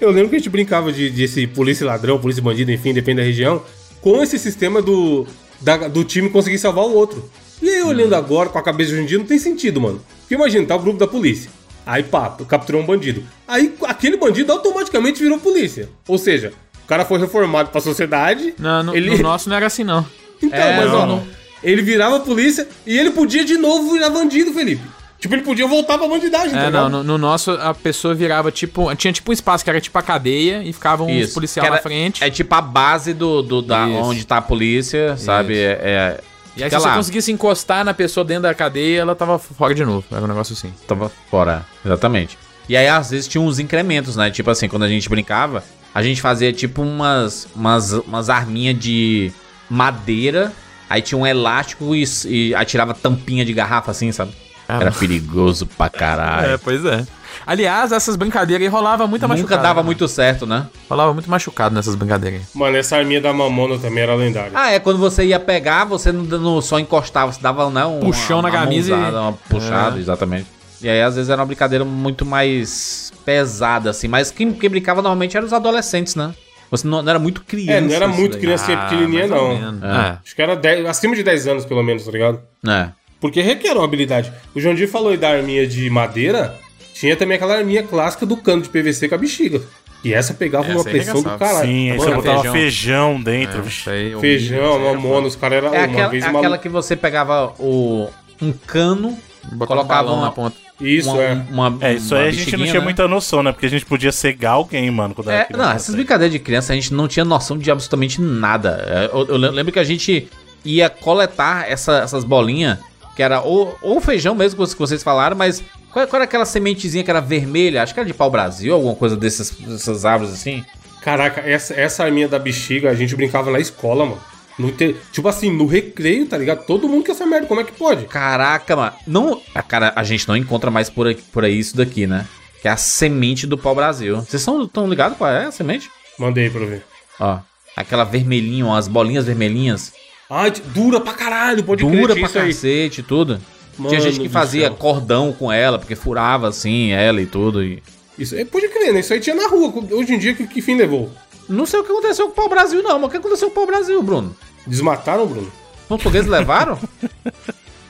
Eu lembro que a gente brincava de, de esse polícia e ladrão, polícia e bandido, enfim, depende da região, com esse sistema do, da- do time conseguir salvar o outro. E aí, Hum. olhando agora com a cabeça de hoje em dia, não tem sentido, mano. Porque imagina, tá o grupo da polícia. Aí, pá, capturou um bandido. Aí, aquele bandido automaticamente virou polícia. Ou seja, o cara foi reformado pra sociedade. Não, no, ele... no nosso não era assim, não. Então, É, mas ó, não. ele virava polícia e ele podia de novo virar bandido, Felipe. Tipo, ele podia voltar pra bandidagem, tá É, ligado? não. No, no nosso, a pessoa virava tipo. Tinha tipo um espaço que era tipo a cadeia e ficavam os policiais Que era- na frente. É tipo a base do, do da Isso. onde tá a polícia, sabe? É, é, E aí, se fica você lá. conseguisse encostar na pessoa dentro da cadeia, ela tava fora de novo. Era um negócio assim. Tava fora, exatamente. E aí, às vezes, tinha uns incrementos, né? Tipo assim, quando a gente brincava, a gente fazia tipo umas, umas, umas arminhas de madeira, aí tinha um elástico e, s- e atirava tampinha de garrafa, assim, sabe? Era perigoso pra caralho. pois é. Aliás, essas brincadeiras aí rolava muita Nunca machucada. dava né? muito certo, né? Rolava muito machucado nessas brincadeiras aí. Mano, essa arminha da mamona também era lendária. Ah, é, quando você ia pegar, você não, não só encostava, você dava, né? Um Puxão na camisa e- mãozada, uma puxada, É. exatamente. E aí, às vezes, era uma brincadeira muito mais pesada, assim. Mas quem, quem brincava normalmente eram os adolescentes, né? Você não, não era muito criança. assim. É, não era isso muito daí. criancinha pequenininha, Ah, mais ou não. menos. É. Acho que era 10 acima de 10 anos, pelo menos, tá ligado? É. Porque requer uma habilidade. O Jandir falou aí da arminha de madeira. Tinha também aquela arminha clássica do cano de PVC com a bexiga. E essa pegava Essa uma aí é pressão do arregaçava. caralho. Sim, aí bom, você né? botava Feijão. feijão dentro. É, vixe. isso aí, Feijão, horrível, isso aí era mamona, os caras eram É uma aquela, vez é uma... aquela que você pegava o, um cano, foda. Botava um colocava balão uma, na ponta. Isso, uma, é. uma- É, isso uma aí a gente não bexiguinha, tinha né? muita noção, né? Porque a gente podia cegar alguém, mano. Quando era É, criança, não, essas assim. brincadeiras de criança a gente não tinha noção de absolutamente nada. É, Eu, eu lembro que a gente ia coletar essa- essas bolinhas, que era ou, ou feijão mesmo que vocês- que vocês falaram, mas qual, qual era aquela sementezinha que era vermelha? Acho que era de pau-brasil, alguma coisa dessas, dessas árvores assim. Caraca, essa, essa arminha da bexiga a gente brincava na escola, mano. No inte- Tipo assim, no recreio, tá ligado? Todo mundo quer essa merda, como é que pode? Caraca, mano. Não, a cara, a gente não encontra mais por, aqui- por aí isso daqui, né? Que é a semente do pau-brasil. Vocês estão ligados qual é a semente? Mandei pra eu ver. Ó, aquela vermelhinha, ó, as bolinhas vermelhinhas. Ai, dura pra caralho, pode crer, dura tinha pra cacete e tudo. Tinha Mano gente que do fazia céu. cordão com ela, porque furava assim ela e tudo. E... Isso, é, pode crer, né? Isso aí tinha na rua. Hoje em dia, que, que fim levou? Não sei o que aconteceu com o pau-brasil, não, mas o que aconteceu com o pau-brasil, Bruno? Desmataram, Bruno? Os portugueses levaram?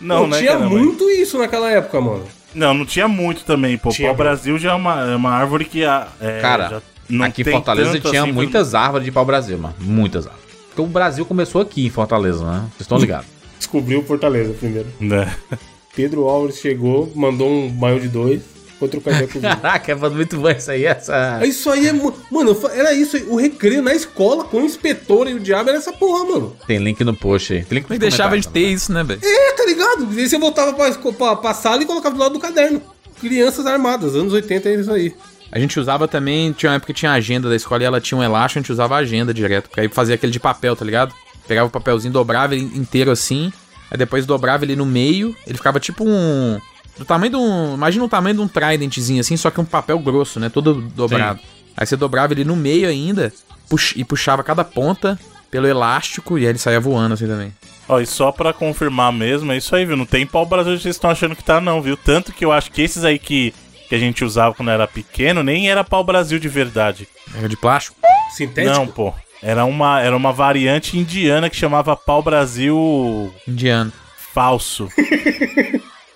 Não, Pô, né, tinha cara, mas- muito isso naquela época, mano. Não, não tinha muito também, pô. Tinha, O Brasil já é uma, é uma árvore que. a- É, Cara, já não aqui em tem Fortaleza tanto tinha assim, muitas árvores de pau-brasil, mano. Muitas árvores. Porque o Brasil começou aqui em Fortaleza, né? Vocês estão ligados. descobriu Fortaleza primeiro. Né? Pedro Álvares chegou, mandou um maiô de dois, foi trocar ideia comigo. Caraca, é muito bom isso aí, essa. Isso aí é. mu- Mano, eu fa- era isso aí. O recreio na escola com o inspetor e o diabo era essa porra, mano. Tem link no post aí. Tem link Como é no que deixava de comentário ter isso, né, velho? É, tá ligado? E aí você voltava pra, esco- pra, pra sala e colocava do lado do caderno. Crianças armadas, anos 80 é isso aí. A gente usava também, tinha uma época que tinha a agenda da escola e ela tinha um elástico, a gente usava a agenda direto. Porque aí fazia aquele de papel, tá ligado? Pegava o papelzinho, dobrava ele inteiro assim, aí depois dobrava ele no meio, ele ficava tipo um. Do tamanho de um. Imagina o tamanho de um tridentzinho assim, só que um papel grosso, né? Todo dobrado. Aí você dobrava ele no meio ainda pux- e puxava cada ponta pelo elástico e aí ele saía voando assim também. Ó, e só pra confirmar mesmo, é isso aí, viu? Não tem pau Brasil que vocês estão achando que tá, não, viu? Tanto que eu acho que esses aí que, que a gente usava quando era pequeno nem era pau Brasil de verdade. Era de plástico? Sintético? Não, pô. Era uma, era uma variante indiana que chamava pau Brasil Indiano. falso.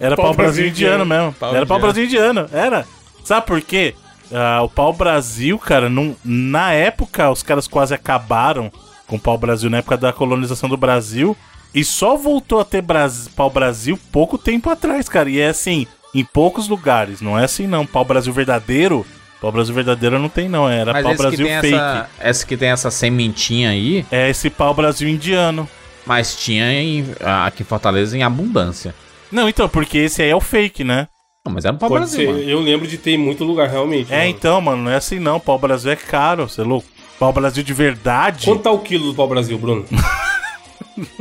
Era pau, Brasil indiano mesmo. Pau era pau indiano. Brasil indiano, era. Sabe por quê? Ah, o pau Brasil, cara, não, na época os caras quase acabaram com o pau Brasil na época da colonização do Brasil e só voltou a ter Bras- pau Brasil pouco tempo atrás, cara. E é assim, em poucos lugares, não é assim não. Pau Brasil verdadeiro, pau Brasil verdadeiro não tem não, era Mas pau esse Brasil que tem fake. essa, essa que tem essa sementinha aí, É esse pau Brasil indiano. mas tinha em- aqui em Fortaleza em abundância. Não, então, porque esse aí é o fake, né? Não, mas era um pau Pode Brasil, ser. mano. Eu lembro de ter em muito lugar, realmente. É, mano. então, mano, não é assim não. Pau Brasil é caro, você é louco. Pau Brasil de verdade, Quanto tá o quilo do pau-brasil, Bruno?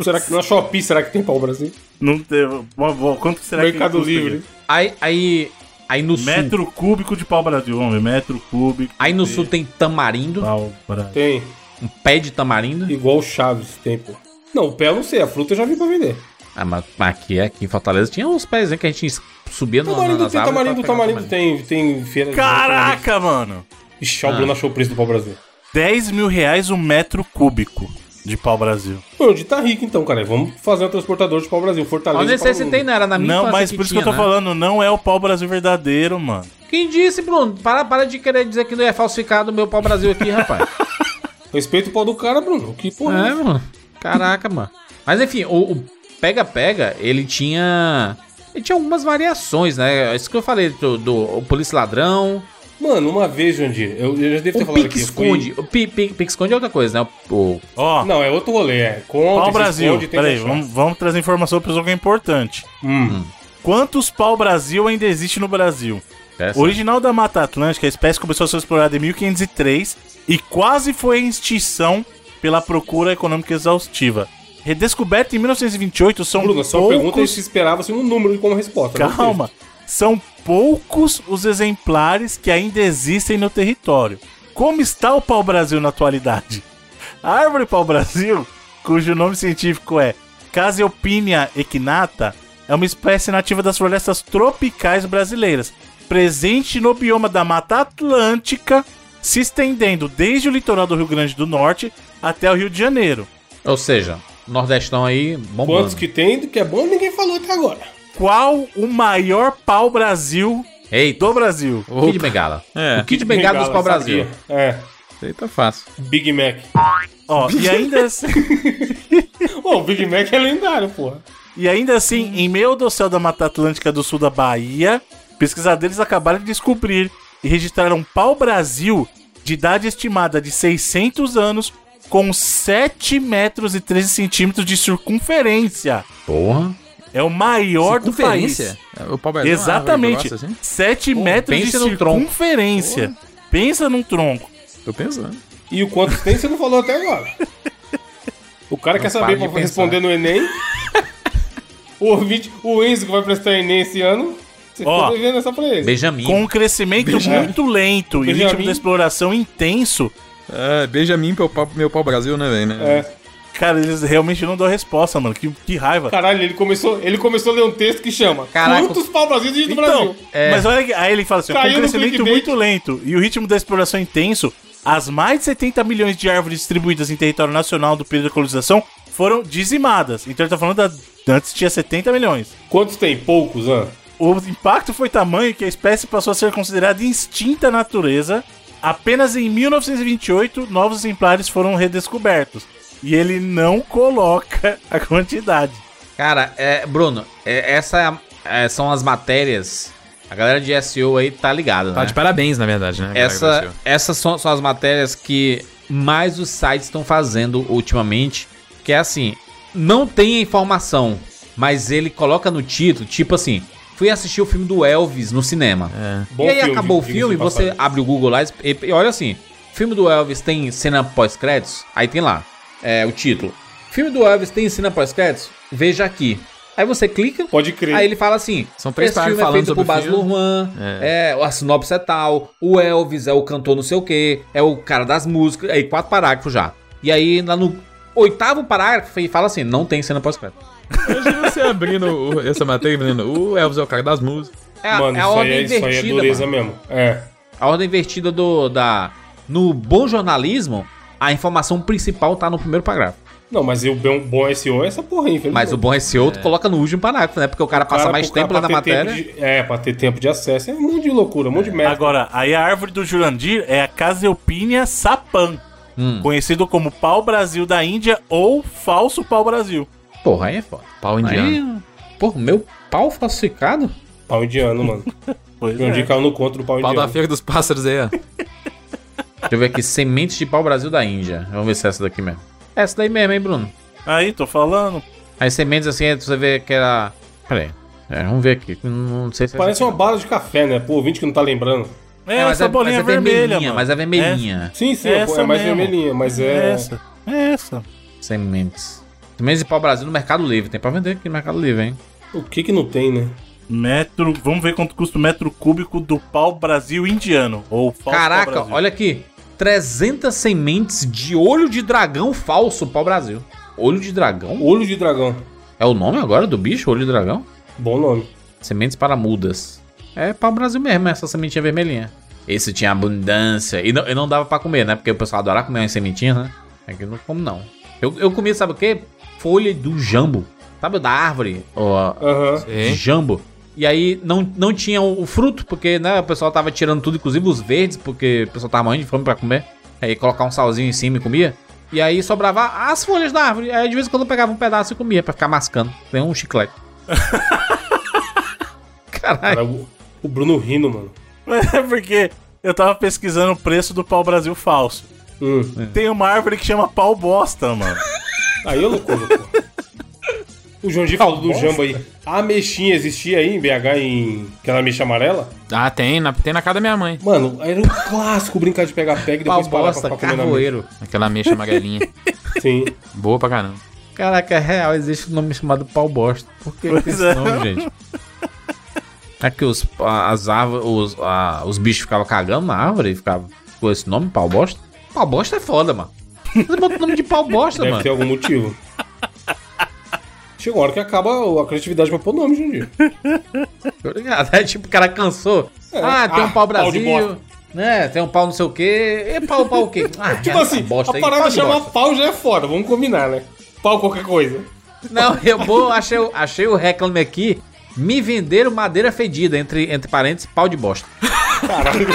será que na Shopee, será que tem pau-brasil? não teve. Bom, bom, Quanto será Mercado que custa, Livre. cara? Aí, aí, aí no sul. Metro cúbico de pau Brasil, homem. Metro cúbico. Aí no de sul tem tamarindo, Pau Brasil. Tem. um pé de tamarindo. Igual o Chaves tem, pô. Não, o pé eu não sei, a fruta eu já vi pra vender. Ah, mas mas aqui, aqui em Fortaleza tinha uns pés que a gente subia no Tamarindo tem, tamarindo, tamarindo tem, tem feira. de- tá Caraca, Ah. mano! Ixi, o Bruno achou o preço do pau-brasil. 10 mil reais um metro cúbico de pau Brasil. Pô, onde tá rico então, cara? Vamos fazer um transportador de pau-brasil. Fortaleza. Onde Paulo você Nuno. tem, não era na minha Não, infância mas por isso que eu tô tinha, né? falando, não é o pau Brasil verdadeiro, mano. Quem disse, Bruno? Para, para de querer dizer que não é falsificado o meu pau Brasil aqui, rapaz. Respeita o pau do cara, Bruno. Que porra. é, mano. Caraca, mano. Mas enfim, o o pega-pega, ele tinha. Ele tinha algumas variações, né? Isso que eu falei do, do o polícia ladrão, Mano, uma vez, Jandir, eu, eu já Um devo ter o falado aqui. eu fui- pique-esconde. O pi- pi- pique-esconde é outra coisa, né? O, Ó, Não, é outro rolê, é. Conta, pau se Brasil. esconde, tenta Peraí, achar. vamos, vamos trazer informação pra pessoa que é importante. Hum. Quantos pau Brasil ainda existe no Brasil? O o original da Mata Atlântica, a espécie começou a ser explorada em 1503 e quase foi em extinção pela procura econômica exaustiva. Redescoberta em 1928, são Bruno, a sua pergunta é poucos... se esperava assim, um número como resposta. né? não Calma. São poucos os exemplares que ainda existem no território. Como está o pau-brasil na atualidade? A árvore pau-brasil, cujo nome científico é Caseopinia echinata, é uma espécie nativa das florestas tropicais brasileiras, presente no bioma da Mata Atlântica, se estendendo desde o litoral do Rio Grande do Norte até o Rio de Janeiro. Ou seja, o Nordestão aí tem. Quantos bombando. que tem, do que é bom, ninguém falou até agora. Qual o maior pau-brasil Eita, do Brasil? o Kid Bengala. É. O Kid Bengala dos pau Brasil. sabia. É, Isso aí tá fácil. Big Mac. Ó, e ainda assim... Ô, o Big Mac é lendário, porra. E ainda assim, em meio do céu da Mata Atlântica do sul da Bahia, pesquisadores acabaram de descobrir e registraram um pau-brasil de idade estimada de 600 anos com 7 metros e 13 centímetros de circunferência. Porra. É o maior do país. Circunferência? O pau Brasil é uma árvore Exatamente. grossa, assim? 7 metros de pensa num tronco. circunferência. Pensa num tronco. Tô pensando. E o quanto tem, você não falou até agora. O cara quer saber para de pra responder no Enem. O ouvinte, o Enzo que vai prestar Enem esse ano. Você Ó. ficou devendo essa pra ele. Benjamin. Com um crescimento Benjamin. muito lento e ritmo Benjamin. da exploração intenso, É, Benjamin, meu pau, meu pau Brasil, né, velho? né? É. cara, eles realmente não dão resposta, mano. Que, que raiva. Caralho, ele começou, ele começou a ler um texto que chama Caraca. Quantos pau Brasil existe no Então, Brasil? mas olha que- aí ele fala assim, com um Caiu no crescimento clickbait. muito lento e o ritmo da exploração intenso, as mais de 70 milhões de árvores distribuídas em território nacional do período da colonização foram dizimadas. Então ele tá falando da, antes tinha 70 milhões. Quantos tem? Poucos, ah. O impacto foi tamanho que a espécie passou a ser considerada extinta na natureza. Apenas em 1928 novos exemplares foram redescobertos. E ele não coloca a quantidade. Cara, é, Bruno, é, essa é, são as matérias. A galera de SEO aí tá ligada, Tá né? de parabéns, na verdade, né? Essa, essas são, são as matérias que mais os sites estão fazendo ultimamente. Que é assim, não tem a informação, mas ele coloca no título, tipo assim, fui assistir o filme do Elvis no cinema. É. Bom e aí filme, acabou o diga-se de filme, você passagem. abre o Google lá e, e olha assim, filme do Elvis tem cena pós-créditos? Aí tem lá, é, o título. Filme do Elvis tem cena pós-créditos? Veja aqui. Aí você clica, Pode crer. Aí ele faz fala assim: São três esse filme parágrafos é feito por falando Baz sobre o filme. Luhrmann, é. a sinopse é tal, o Elvis é o cantor não sei o quê, é o cara das músicas, aí quatro parágrafos já. E aí lá no oitavo parágrafo ele fala assim: não tem cena pós-crédito. Imagina você abrindo o- essa matéria e vendo, o Elvis é o cara das músicas. É, a- mano, é a isso, ordem aí é, isso invertida. aí é dureza mano. mesmo. É. A ordem invertida do da no bom jornalismo, a informação principal tá no primeiro parágrafo. Não, mas o bom, bom SEO é essa porra, infelizmente. Mas o bom é esse outro coloca no último parágrafo, né? Porque o cara passa Cara, mais pro cara tempo lá na pra ter matéria. tempo de- é, pra ter tempo de acesso. É um monte de loucura, um monte de merda. Agora, aí a árvore do Jurandir é a Caseopinia sapan, Hum. conhecido como pau-brasil da Índia ou falso pau-brasil. Porra, aí é foda. Pau indiano. Aí, porra, meu pau falsificado? Pau indiano, mano. Pois Um é. dia caiu no conto do pau, Pau da indiano. feira dos pássaros aí, ó. Deixa eu ver aqui, sementes de pau Brasil da Índia. Vamos ver se é essa daqui mesmo. É Essa daí mesmo, hein, Bruno? Aí, tô falando. As sementes assim, você vê que era. Pera aí. É, vamos ver aqui. Não, não sei se é Parece essa uma bala de café, né? Pô, ouvinte que não tá lembrando. É, aqui. É, mas essa é- bolinha mas é vermelha, vermelhinha, mano. Mas é vermelhinha. Sim, sim, É pô, essa é mais mesmo. vermelhinha, mas É é. essa. É essa. Sementes. Sementes de pau Brasil no Mercado Livre. Tem pra vender aqui no Mercado Livre, hein? O que que não tem, né? Metro. Vamos ver quanto custa o metro cúbico do pau-brasil indiano. Ou falso Caraca, pau-brasil. olha aqui. 300 sementes de olho de dragão falso pau Brasil. Olho de dragão? Olho de dragão. É o nome agora do bicho? Olho de dragão? Bom nome. Sementes para mudas. É para o Brasil mesmo, essa sementinha vermelhinha. Esse tinha abundância. E não, e não dava para comer, né? Porque o pessoal adora comer umas sementinhas, né? Aqui eu não como, não. Eu, eu comia, sabe o quê? Folha do jambo. Sabe, da árvore? Ó, Aham. de jambo. É. E aí não, não tinha o, o fruto, porque né, o pessoal tava tirando tudo, inclusive os verdes, porque o pessoal tava morrendo de fome pra comer. Aí colocar um salzinho em cima e comia. E aí sobrava as folhas da árvore. Aí de vez em quando eu pegava um pedaço e comia pra ficar mascando. Tem um chiclete. Caralho. Cara, o, o Bruno rindo, mano. É porque eu tava pesquisando o preço do pau-brasil falso. Hum. É. Tem uma árvore que chama pau-bosta, mano. Aí é loucura, pô. O João Tá Di falou do jambo aí. A mexinha existia aí em BH, em aquela mexa amarela? Ah, tem na, tem na casa da minha mãe. Mano, era um clássico brincar de pegar pega e Pau depois parar pra, bosta, pra comer na mexa. carvoeiro. Aquela mexa amarelinha. Sim. Boa pra caramba. Caraca, é real, existe um nome chamado pau bosta. Por que que tem esse é. nome, gente? É que os, a- as árvores, os, a- os bichos ficavam cagando na árvore e ficavam com esse nome, pau bosta. Pau bosta é foda, mano. Você bota o nome de pau bosta, Deve mano. ter algum motivo. Chega uma hora que acaba a criatividade pra pôr nome, Jundir. Tô ligado. É tipo, o cara cansou. Ah, tem um um- Ah, pau pau de Brasil. né? Tem um pau não sei o quê. É pau, pau o quê? Ah, Tipo é assim, essa bosta a aí, parada pau de chamar bosta. pau já é foda, vamos combinar, né? Pau qualquer coisa. Não, eu vou, achei, o- achei o reclame aqui. Me venderam madeira fedida, entre, entre parênteses, pau de bosta. Caralho.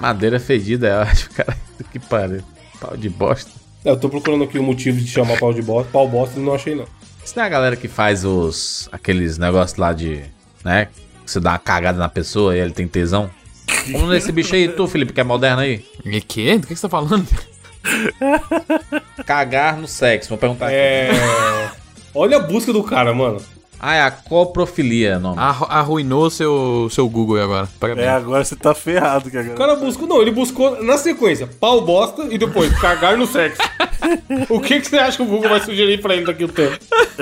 Madeira fedida, eu acho, cara. Que pariu. Pau de bosta. É, Eu tô procurando aqui o motivo de chamar pau de bosta, pau bosta e não achei, não. Isso não é a galera que faz os. aqueles negócios lá de. né? Que você dá uma cagada na pessoa e ele tem tesão. Vamos nesse bicho aí, tu, Felipe, que é moderno aí. E quê? Do que que você tá falando? Cagar no sexo, vou perguntar aqui. É. Olha a busca do cara, mano. Ah, é a coprofilia o nome. Arru- Arruinou seu, seu Google aí agora. Parabéns. É, agora você tá ferrado, cara. O cara buscou, não, ele buscou na sequência pau bosta e depois cagar no sexo. o que, que você acha que o Google vai sugerir pra ele daqui o tempo? Deixa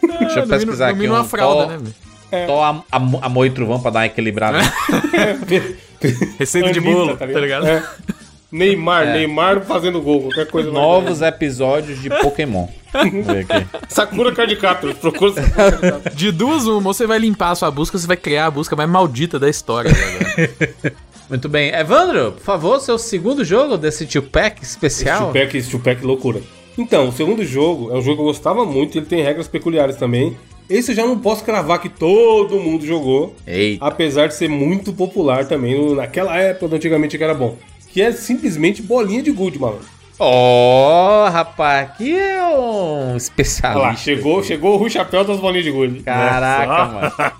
eu no mínimo- pesquisar no aqui. mínimo uma um fralda, tó- né, velho? Tó am- am- amor e trovão pra dar uma equilibrada. Receita de Anitta, bolo, tá ligado? É. Neymar, Neymar fazendo gol, qualquer coisa. mais. Novos episódios de Pokémon. Vamos ver aqui. Sakura Card Captors, procura. De duas, uma. Ou você vai limpar a sua busca, ou você vai criar a busca mais maldita da história. né, velho. Muito bem. Evandro, por favor, seu segundo jogo desse tio pack especial. Tupac, Tupac, loucura. Então, o segundo jogo é um jogo que eu gostava muito, ele tem regras peculiares também. Esse eu já não posso cravar que todo mundo jogou, Eita. apesar de ser muito popular também no- naquela época, antigamente que era bom. Que é simplesmente bolinha de gude, malandro. Ó, rapaz, aqui é um Olha especialista. lá, chegou, chegou o chapéu das bolinhas de gude. É. Caraca,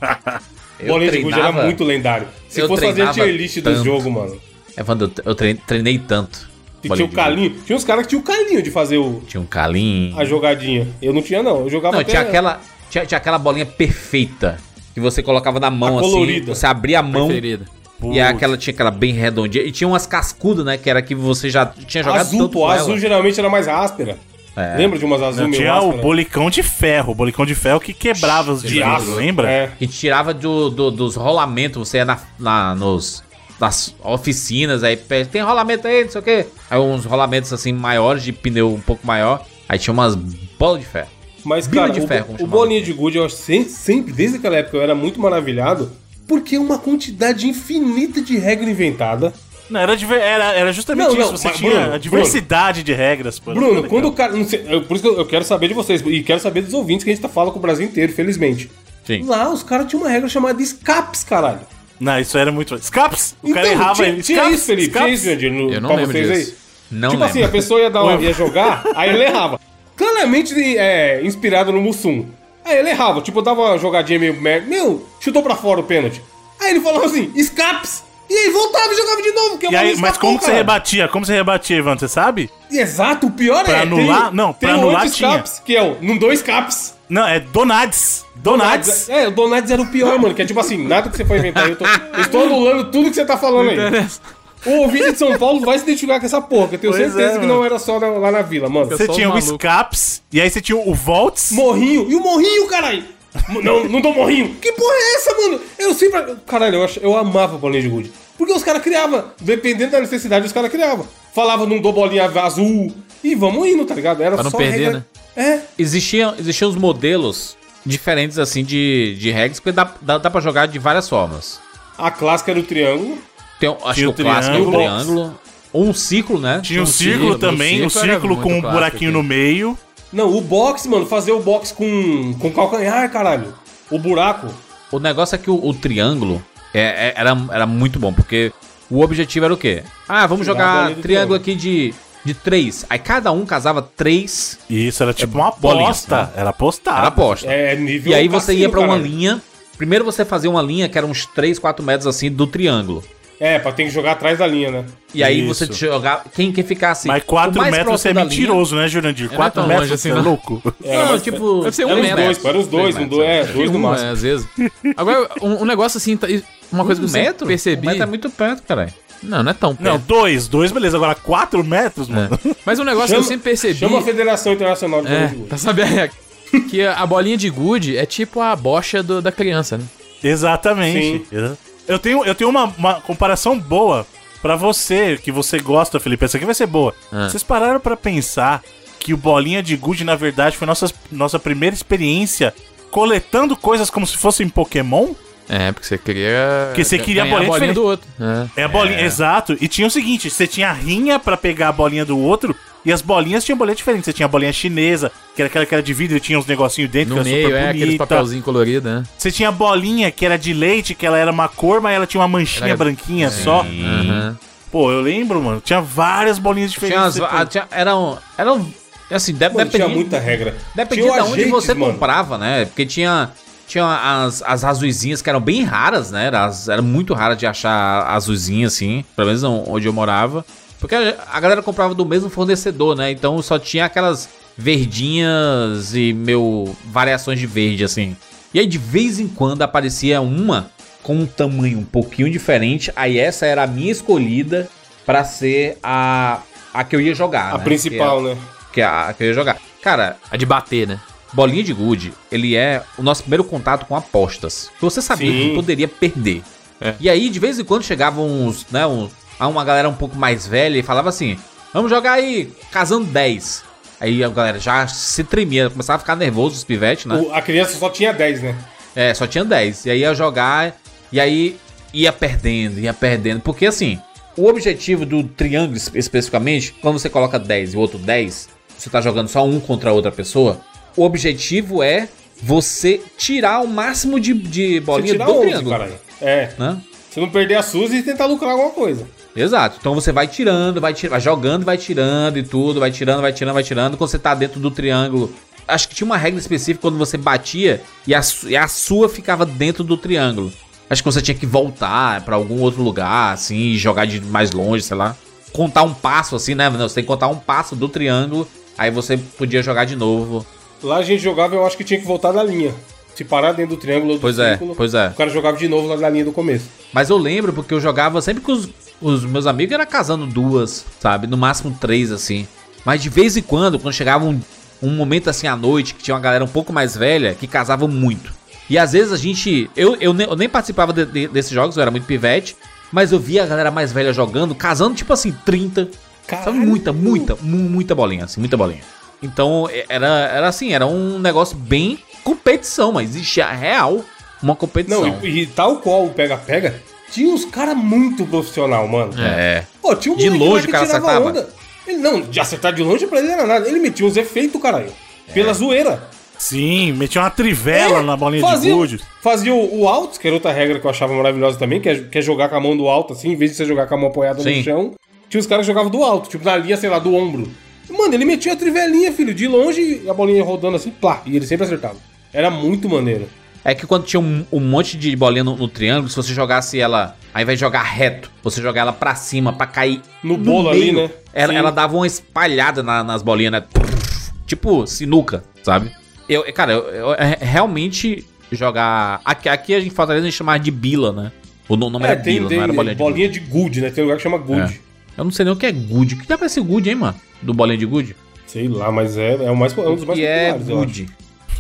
mano. Eu Bolinha de gude era treinava- muito lendário. Se eu fosse fazer a treinava tier list do tanto. jogo, mano. Evandro, eu tre- eu trein- treinei tanto. Que Bolinha tinha um o de gude. calinho. Tinha uns caras que tinham o calinho de fazer o, Tinha um calinho. a jogadinha. Eu não tinha, não. Eu jogava Não, até... tinha aquela, tinha, tinha aquela bolinha perfeita que você colocava na mão A assim, colorida. você abria a mão Preferida. e é aquela tinha aquela bem redondinha e tinha umas cascudas, né, que era que você já tinha jogado Azul, tanto pô. com A ela. azul geralmente era mais áspera. É. Lembra de umas azul Não, meio tinha o áspera? bolicão de ferro, o bolicão de ferro que quebrava os de aço, lembra? É. que tirava do, do- dos rolamentos, você ia na, na- nos, nas oficinas, aí pe- tem rolamento aí, não sei o quê. Aí uns rolamentos assim maiores, de pneu um pouco maior, aí tinha umas bolas de ferro. Mas, Bila cara, de o, ferro, como o chamava. bolinha de gude, eu acho sem- sempre, desde aquela época, eu era muito maravilhado. Porque é uma quantidade infinita de regra inventada. Não, era, diver- era, era justamente Não, não, isso. Você mas, tinha Bruno, a diversidade de regras, pô. Bruno, Era quando o legal. cara. não sei, eu- por isso que eu, eu quero saber de vocês, e quero saber dos ouvintes que a gente tá falando com o Brasil inteiro, felizmente. Sim. Lá os caras tinham uma regra chamada escapes, caralho. Não, isso era muito. Escapes! O cara errava Então, tinha, ele. tinha Escapes, isso, Felipe. Tinha escapes. isso, Jandir, no- Eu não pra lembro vocês disso. Não tipo lembro. assim, a pessoa ia, dar uma, Oi. ia jogar, aí ele errava. Claramente é, inspirado no Mussum. Aí ele errava, tipo, dava uma jogadinha meio merda. Meu, chutou pra fora o pênalti. Aí ele falava assim, escapes! E aí voltava e jogava de novo, que a E bola aí, mas escapou, como que você cara. rebatia? Como você rebatia, Ivan? Você sabe? Exato, o pior Pra é. anular- não, pra anular tinha. escapes, que é o. Não dou escapes. Não, é Donades. Donades. É, o Donades era o pior, mano. Que é tipo assim, nada que você for inventar. Eu, tô, eu estou anulando tudo que você tá falando É, aí. O ouvinte de São Paulo vai se identificar com essa porra. que Eu tenho Pois certeza é, que mano. não era só na- lá na vila, mano. Você sou tinha um o maluco. Escapes, e aí você tinha o Volts. Morrinho. E o morrinho, caralho? Mo- Não, não dou morrinho. Que porra é essa, mano? Eu sempre... Caralho, eu, ach- eu amava bolinha de gude. Porque os caras criavam. Dependendo da necessidade, os caras criavam. Falava, não dou bolinha azul. E vamos indo, tá ligado? Era Pra não só perder, regra- né? É, existiam, existiam os modelos diferentes assim de, de regras, porque dá, dá, dá pra jogar de várias formas. a clássica era o triângulo. Tem, o- acho que Tinha o o clássico é o triângulo. triângulo. Ou um círculo, né? Tinha o um círculo círculo, também, o o círculo era círculo muito com um clássico buraquinho no aqui. meio. Não, o boxe, mano, fazer o boxe com, com calcanhar, caralho. O buraco. O negócio é que o, o triângulo é- é- era, era muito bom, porque o objetivo era o quê? Ah, vamos Tirar a bolinha jogar do triângulo aqui de, de três. Aí cada um casava três, E isso era tipo uma bolinha, aposta. né? Era apostada. era aposta. É nível. E aí você cassino, ia pra uma caralho. linha. Primeiro você fazia uma linha que era uns 3, 4 metros assim do triângulo. É, pra ter que jogar atrás da linha, né? E aí Isso. você jogava. Quem, quem ficasse. Mas o 4 mais metros você é próximo da linha- mentiroso, né, Jurandir? não é 4 tão metros longe assim, você é né? não. louco. Era, Não, mas- tipo. Deve ser um Era os metro. dois, era os dois, Três um do- é, metros, dois no Um, máximo. é, às vezes. Agora, um, um negócio assim, tá- uma coisa um que eu metro? sempre percebi. Um metro é muito perto, caralho. Não, não é tão Não, perto. dois, dois, beleza. Agora 4 metros, mano. Mas um negócio que eu sempre percebi. Chama a Federação Internacional de É, Bolinha de tá Gude. pra saber a regra. Que a bolinha de gude é tipo a bocha do- da criança, né? É. Exatamente. Exa- Eu tenho, eu tenho uma, uma comparação boa pra você, que você gosta, Felipe. Essa aqui vai ser boa. É. Vocês pararam pra pensar que o Bolinha de Gude, na verdade, foi nossa, nossa primeira experiência coletando coisas como se fossem Pokémon? É, porque você queria. Porque você queria a ganhar bolinha diferente. do outro. É. É a bolinha, exato. E tinha o seguinte, você tinha a rinha pra pegar a bolinha do outro, e as bolinhas tinham bolinha diferente. Você tinha a bolinha chinesa, que era aquela que era de vidro e tinha uns negocinhos dentro, No que era meio, é, aqueles papelzinhos coloridos, né? Você tinha a bolinha que era de leite, que ela era uma cor, mas ela tinha uma manchinha Era- branquinha só. Aham. Pô, eu lembro, mano. Tinha várias bolinhas Tinha diferentes. umas, ah, tinha, eram, eram. Assim, de, Mano, tinha dependia, muita regra. dependia Tinha o de onde Agentes, você mano. comprava, né? Porque tinha. Tinha as, as azuizinhas que eram bem raras, né? Era, as- era muito raro de achar azuizinha, assim. Pelo menos não- onde eu morava. Porque a, a galera comprava do mesmo fornecedor, né? Então só tinha aquelas verdinhas e meu. variações de verde, assim. E aí de vez em quando aparecia uma com um tamanho um pouquinho diferente. Aí essa era a minha escolhida pra ser a. a que eu ia jogar. A né? principal, né? Que, é- que é a que eu ia jogar. Cara, A de bater, né? Bolinha de gude, ele é o nosso primeiro contato com apostas. Que Você sabia Sim. que poderia perder. E aí, de vez em quando, chegavam uns, né, um, a uma galera um pouco mais velha e falava assim, vamos jogar aí, casando 10. Aí a galera já se tremia, começava a ficar nervoso, os pivetes, né? O- a criança só tinha 10, né? É, só tinha 10. E aí ia jogar, e aí ia perdendo, ia perdendo. Porque assim, o objetivo do triângulo espe- especificamente, quando você coloca 10 e o outro 10, você tá jogando só um contra a outra pessoa. O objetivo é você tirar o máximo de, de bolinha tira do 11, triângulo. caralho. É. Né? Se não perder a Suzy e tentar lucrar alguma coisa. Exato. Então você vai tirando, vai tirando, vai jogando, vai tirando e tudo, vai tirando, vai tirando, vai tirando. Quando você tá dentro do triângulo. Acho que tinha uma regra específica quando você batia e a, su- e a sua ficava dentro do triângulo. Acho que você tinha que voltar pra algum outro lugar, assim, e jogar de mais longe, sei lá. Contar um passo, assim, né? Não, Você tem que contar um passo do triângulo, aí você podia jogar de novo. Lá a gente jogava, eu acho que tinha que voltar da linha. Se parar dentro do triângulo ou do Pois é, círculo, pois é. o cara jogava de novo lá na linha do começo. Mas eu lembro porque eu jogava sempre com os, os meus amigos, era casando duas, sabe? No máximo três, assim. Mas de vez em quando, quando chegava um, um momento assim à noite, que tinha uma galera um pouco mais velha, que casava muito. E às vezes a gente. Eu, eu, ne- eu nem participava de- de- desses jogos, eu era muito pivete. Mas eu via a galera mais velha jogando, casando tipo assim, 30. Sabe? Muita, muita, mu- muita bolinha, assim, muita bolinha. Então e- era, era assim, era um negócio bem competição, mas existia real uma competição. Não, e, e tal qual o pega-pega, tinha uns caras muito profissional, mano. É. Pô, tinha um De moleque lá longe o cara tirava acertava. Ele, não, de acertar de longe pra ele era nada. Ele metia uns efeitos, caralho. É. Pela zoeira. Sim, metia uma trivela É, na bolinha fazia, de gude. Fazia o, o alto, que era outra regra que eu achava maravilhosa também, que é, que é jogar com a mão do alto, assim, em vez de você jogar com a mão apoiada Sim. no chão. Tinha os caras que jogavam do alto, tipo na linha, sei lá, do ombro. Mano, ele metia a trivelinha, filho, de longe, a bolinha rodando assim, plá, e ele sempre acertava. Era muito maneiro. É que quando tinha um, um monte de bolinha no, no triângulo, se você jogasse ela, ao invés de jogar reto, você jogar ela pra cima, pra cair No bolo ali, né? Ela, Sim. ela dava uma espalhada na- nas bolinhas, né? Tipo sinuca, sabe? Eu, cara, eu, eu- é- realmente jogar. Aqui, aqui a gente em Fortaleza a gente chamava de bila, né? O no- nome era bila, não era bolinha, de gude. É, bolinha de gude, né? Tem lugar que chama gude. Eu não sei nem o que é gude. O que dá pra ser gude, hein, mano? Do bolinha de gude? Sei lá, mas é, é, o mais, é um dos mais Que é eu acho. gude.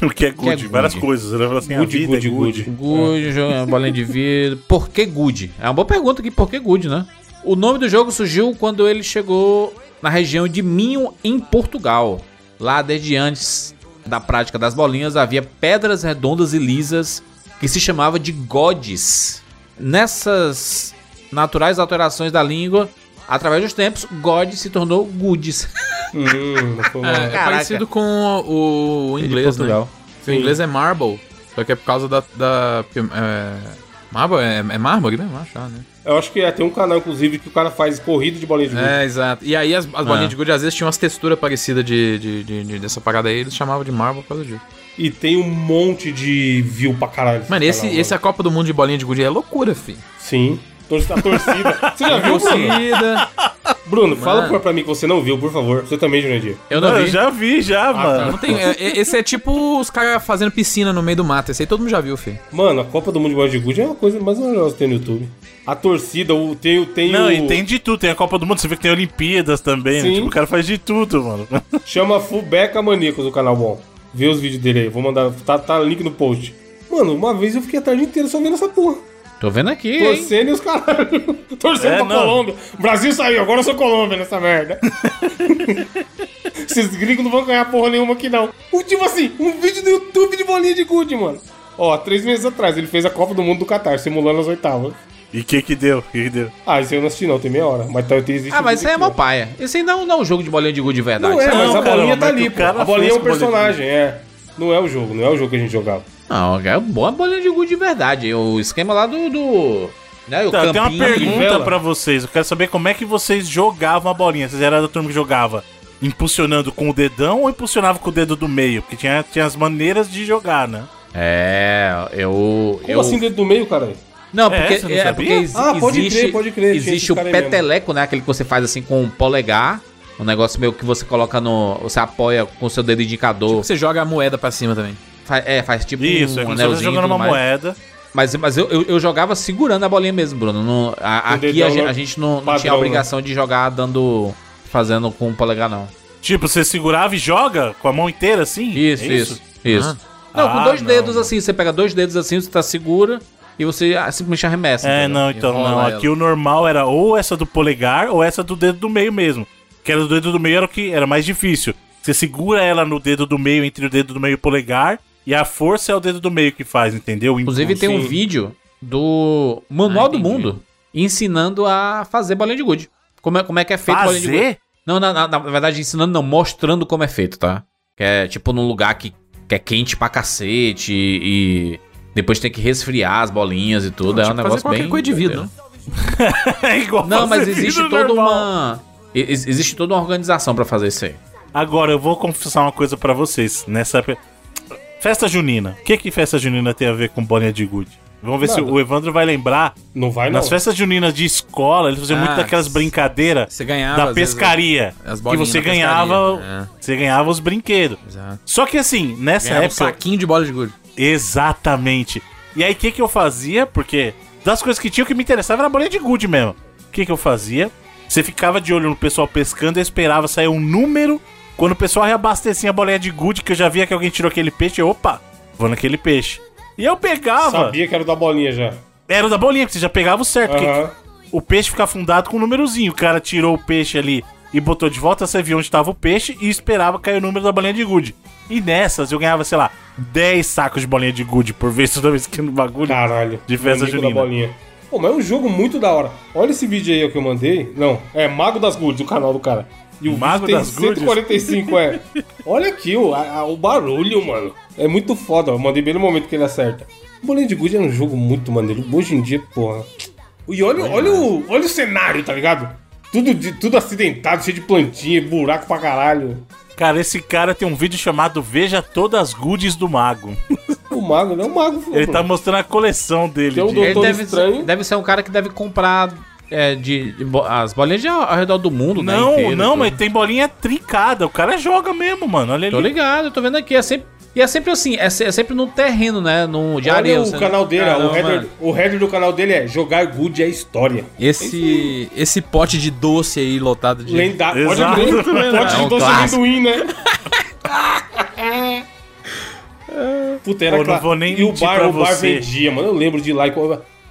O que é Que é gude? Várias gude. coisas. Ele fala assim, a Gude, vida é gude, gude. gude. É. Good, jogo- é bolinha de vidro. Por que Good? É uma boa pergunta aqui, por que Good, né? O nome do jogo surgiu quando ele chegou na região de Minho, em Portugal. Lá, desde antes da prática das bolinhas, havia pedras redondas e lisas que se chamava de godes. Nessas naturais alterações da língua, através dos tempos, God se tornou Goods. Hum, não foi É, mal. é Caraca. parecido com o, o inglês, né? Porque O inglês é marble, só que é por causa da... da porque, é, marble é, é mármore, né? Eu acho, ah, né? Eu acho que é, tem um canal, inclusive, que o cara faz corrida de bolinha de gude. É, exato. E aí as, as É. bolinhas de gude às vezes tinham umas texturas parecidas de, de- de- de- dessa parada aí, eles chamavam de marble por causa disso. E tem um monte de view pra caralho. Mano, esse, canal, esse é a Copa do Mundo de bolinha de gude é loucura, filho. Sim. Tor- A torcida. Você já viu, Bruno? Torcida. Bruno, fala Mano. pra- pra mim que você não viu, por favor. Você também, Jurandir. Eu não Mano, eu vi. já vi, já, Não mano. tem, é- é- esse é tipo os caras fazendo piscina no meio do mato. Esse aí todo mundo já viu, filho. Mano, a Copa do Mundo de Bola de Gude é uma coisa mais maravilhosa que tem no YouTube. A torcida, o, tem, o- tem Não, o... e tem de tudo. Tem a Copa do Mundo, você vê que tem Olimpíadas também. né? Sim. Tipo, o cara faz de tudo, mano. Chama Fubeca Maníaco do canal Bom. Vê os vídeos dele aí. Vou mandar... Tá, tá link no post. Mano, uma vez eu fiquei a tarde inteira só vendo essa porra. Tô vendo aqui, hein? Torcendo e os caralho. Torcendo É, pra não. Colômbia. O Brasil saiu, agora eu sou Colômbia nessa merda. Esses gringos não vão ganhar porra nenhuma aqui, não. O tipo assim, um vídeo do YouTube de bolinha de gude, mano. Ó, três meses atrás, ele fez a Copa do Mundo do Catar, simulando as oitavas. E o que que deu? O que que deu? Ah, isso eu não assisti não, tem meia hora. Mas tá, existe Ah, o mas isso vídeo aí é aqui, ó. mó paia. Esse aí não, não é um jogo de bolinha de gude de verdade. Não é, sabe? mas a Não, cara, bolinha mas tá que ali, o pô. cara A bolinha fez é um com a bolinha de personagem, é. Não é o jogo, não é o jogo que a gente jogava. Não, é boa bolinha de gude de verdade. O esquema lá do. do né, o Tá, tem uma campinho. pergunta Vela. pra vocês. Eu quero saber como é que vocês jogavam a bolinha. Vocês eram da turma que jogava impulsionando com o dedão ou impulsionava com o dedo do meio? Porque tinha, tinha as maneiras de jogar, né? É, eu. Como eu... assim, dentro do meio, cara? Não, É, porque, você não é, sabia? porque exi- Ah, pode existe, crer, pode crer, tinha Existe esses o caras aí mesmo. peteleco, né? Aquele que você faz assim com o polegar. Um negócio meio que você coloca no. Você apoia com o seu dedo Tipo, indicador. Você joga a moeda pra cima também. Fa- é, faz tipo Isso, é um como se fosse anelzinho. e jogando tudo uma mais. moeda. Mas, mas eu, eu, eu jogava segurando a bolinha mesmo, Bruno. Não- a- Com o aqui dedão, a, gen- né? a gente não, não tinha Padrão, a né? obrigação de jogar dando. fazendo com o polegar, não. Tipo, você segurava e joga com a mão inteira assim? Isso, É isso, isso. Não, com Ah, dois não, dedos não. assim, você pega dois dedos assim, você tá segura e você ah, simplesmente arremessa. É, entendeu? não, então Enrola não. ela. Aqui o normal era ou essa do polegar ou essa do dedo do meio mesmo. Que era do dedo do meio era o que era mais difícil. Você segura ela no dedo do meio, entre o dedo do meio e o polegar, e a força é o dedo do meio que faz, entendeu? O Inclusive impulso. tem um vídeo do Manual Ah, do entendi. Mundo ensinando a fazer bolinha de gude. Como é, como é que é feito bolinha de gude. Fazer? Não, na, na- na verdade, ensinando não, mostrando como é feito, tá? Que é tipo num lugar que, que é quente pra cacete e, e Depois tem que resfriar as bolinhas e tudo. Tinha é um que fazer negócio qualquer bem. coisa de vida, né? É igual Não, mas fazer existe vida é toda normal. uma. e- ex- Existe toda uma organização pra fazer isso aí. Agora, eu vou confessar uma coisa pra vocês. Nessa. pe- Festa junina. O que que festa junina tem a ver com bolinha de gude? Vamos ver se Nada. o Evandro vai lembrar. Não vai, não. Nas festas juninas de escola, eles faziam Ah, muito daquelas brincadeiras Você ganhava. da às vezes, pescaria. as que bolinhas você da pescaria, ganhava. é. Você ganhava os brinquedos. Exato. Só que assim, nessa Ganhava um época. saquinho de bola de gude. Exatamente. E aí, o que, que eu fazia? Porque das coisas que tinha, o que me interessava era a bolinha de gude mesmo. O que, que eu fazia? Você ficava de olho no pessoal pescando e esperava sair um número. Quando o pessoal reabastecia a bolinha de gude, que eu já via que alguém tirou aquele peixe, eu, opa, vou naquele peixe. E eu pegava. Sabia que era da bolinha já. Era o da bolinha, que você já pegava o certo. porque Aham. o peixe fica afundado com um númerozinho. O cara tirou o peixe ali e botou de volta, você viu onde estava o peixe e esperava cair o número da bolinha de gude. E nessas eu ganhava, sei lá, 10 sacos de bolinha de gude por vez toda vez que no bagulho. Caralho. De festa amigo junina. da bolinha. Pô, mas é um jogo muito da hora. Olha esse vídeo aí que eu mandei. Não, é Mago das Goods, o canal do cara. E o Mago vídeo tem das Goods? 145, é. Olha aqui o, a- o barulho, mano. É muito foda. Eu mandei bem no momento que ele acerta. Bolinha de Good é um jogo muito maneiro. Hoje em dia, porra. E olha, olha, o, olha o cenário, tá ligado? Tudo, de- tudo acidentado, cheio de plantinha, buraco pra caralho. Cara, esse cara tem um vídeo chamado Veja Todas as Goodies do Mago. O Mago, né? O Mago. Ele mano. tá mostrando a coleção dele. Tem um de- do- Ele Doutor deve, Estranho. deve ser um cara que deve comprar é, de, de bo- as bolinhas de ao, ao redor do mundo, né? Não, inteiro, não, tudo. mas tem bolinha trincada. O cara joga mesmo, mano. Olha Tô ali. ligado, eu tô vendo aqui. É sempre, e é sempre assim, é, se- é sempre no terreno, né? No, de areia. Olha você- o canal dele, ó. o, Caramba. header, o header do canal dele é Jogar Good é História. Esse, esse pote de doce aí lotado de. Lendário. Pode Exato. crer. É Pote um de doce de clássico. amendoim, né? Puta, era Pô, não claro. vou nem E o mentir bar, pra o bar você. vendia, mano. Eu lembro de lá e...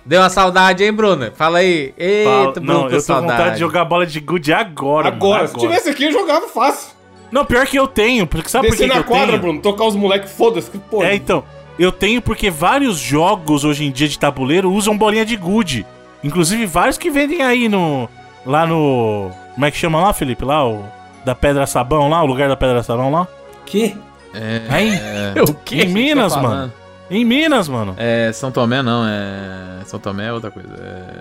Deu uma saudade, hein, Bruna? Fala aí. Fala- Eita, Bruno, não, eu tô com vontade de jogar bola de gude agora. mano, Agora, se tivesse aqui, eu jogava fácil. Não, pior que eu tenho, porque sabe por que Descer que na eu quadra, tenho? Bruno. Tocar os moleques, foda-se. Que porra. É, então. Eu tenho porque vários jogos hoje em dia de tabuleiro usam bolinha de gude. Inclusive vários que vendem aí no. Lá no. Como é que chama lá, Felipe? Lá o. Da Pedra Sabão lá, o lugar da Pedra Sabão lá? Que? Aí, É. O que? em Minas, Tá falando. mano. Em Minas, mano. É São Tomé, não. É. São Tomé é outra coisa. É...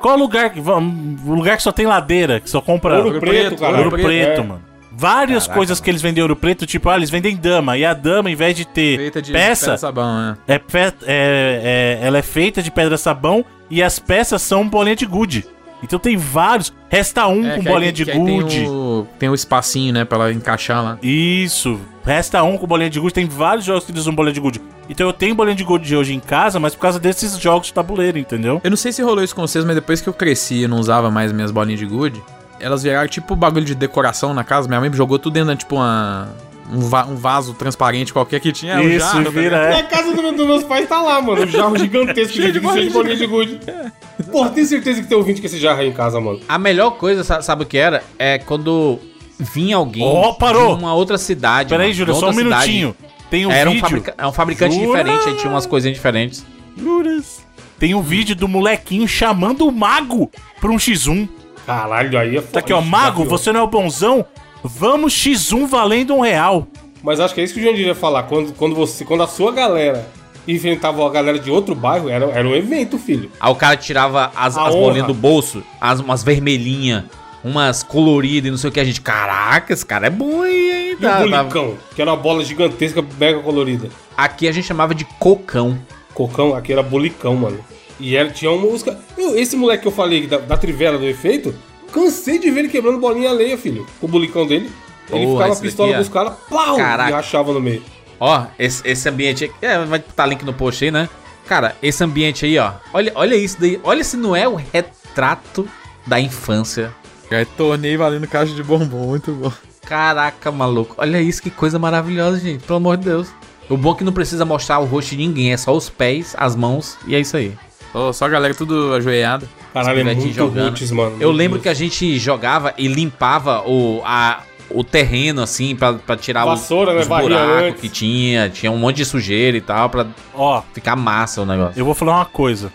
Qual lugar que. vam- O lugar que só tem ladeira, que só compra. Ouro preto, preto, cara. Ouro Preto, Preto, é. mano. Várias coisas que eles vendem em Ouro Preto, tipo, ah, eles vendem dama. E a dama, em vez de ter Feita de peça, pedra né? sabão, é. é pe- é- é- ela é feita de pedra sabão e as peças são um bolinha de gude. Então tem vários. Resta um É, com que aí- bolinha de que aí tem gude. o- Tem o espacinho, né, pra ela encaixar lá. Isso. Resta um com bolinha de gude. Tem vários jogos que eles usam bolinha de gude. Então eu tenho bolinha de gude hoje em casa, mas por causa desses jogos de tabuleiro, entendeu? Eu não sei se rolou isso com vocês, mas depois que eu cresci e não usava mais minhas bolinhas de gude, elas viraram tipo bagulho de decoração na casa. Minha mãe jogou tudo dentro, né, tipo uma, um, va- um vaso transparente qualquer que tinha. um Isso, jarro, tá ligado? vira. é. é. Na casa do meu- dos meus pais tá lá, mano. Um jarro gigantesco de, de, de bolinha de gude. É. Porra, tenho certeza que tem ouvinte com esse jarro aí em casa, mano. A melhor coisa, sa- sabe o que era? É quando vinha alguém Ó, parou! de uma outra cidade. Peraí, mano, Júlio, de só um outra cidade. minutinho. Tem um era um, vídeo. fabrica- é um fabricante Jura? diferente, aí tinha umas coisinhas diferentes. Juras. Tem um vídeo do molequinho chamando o mago pra um X1. Caralho, aí é Tá aqui, ó. Mago, você não é o bonzão? Vamos X1 valendo um real. Mas acho que é isso que o Jandir ia falar. Quando, quando, você, quando a sua galera enfrentava a galera de outro bairro, era, era um evento, filho. Aí o cara tirava as, A as honra. bolinhas do bolso, as, umas vermelhinhas, umas coloridas e não sei o que. A gente, caraca, esse cara é bom aí, hein? tá, E o bulicão, que era uma bola gigantesca, mega colorida. Aqui a gente chamava de cocão. Cocão, aqui era bulicão, mano. E era, tinha uma música. Eu, esse moleque que eu falei da, da trivela do efeito, cansei de ver ele quebrando bolinha alheia, filho. Com o bulicão dele. Ele Porra, ficava esse pistola daqui, com os ó. caras, pau! Caraca. E achava no meio. Ó, esse, esse ambiente aqui. É, vai tá estar link no post aí, né? Cara, esse ambiente aí, ó. Olha, olha isso daí. Olha se não é o retrato da infância. Aí tornei valendo caixa de bombom, muito bom. Caraca, maluco. Olha isso, que coisa maravilhosa, gente. Pelo amor de Deus. O bom é que não precisa mostrar o rosto de ninguém, é só os pés, as mãos e é isso aí. Ô, só a galera tudo ajoelhada. Caralho, é Esse muito molequinho jogando. roots, mano. Eu Meu lembro Deus. que a gente jogava e limpava o, a, o terreno, assim, pra, pra tirar os- Vassoura, né? os Varria buracos antes. que tinha. Tinha um monte de sujeira e tal, pra Ó, ficar massa o negócio. eu vou falar uma coisa.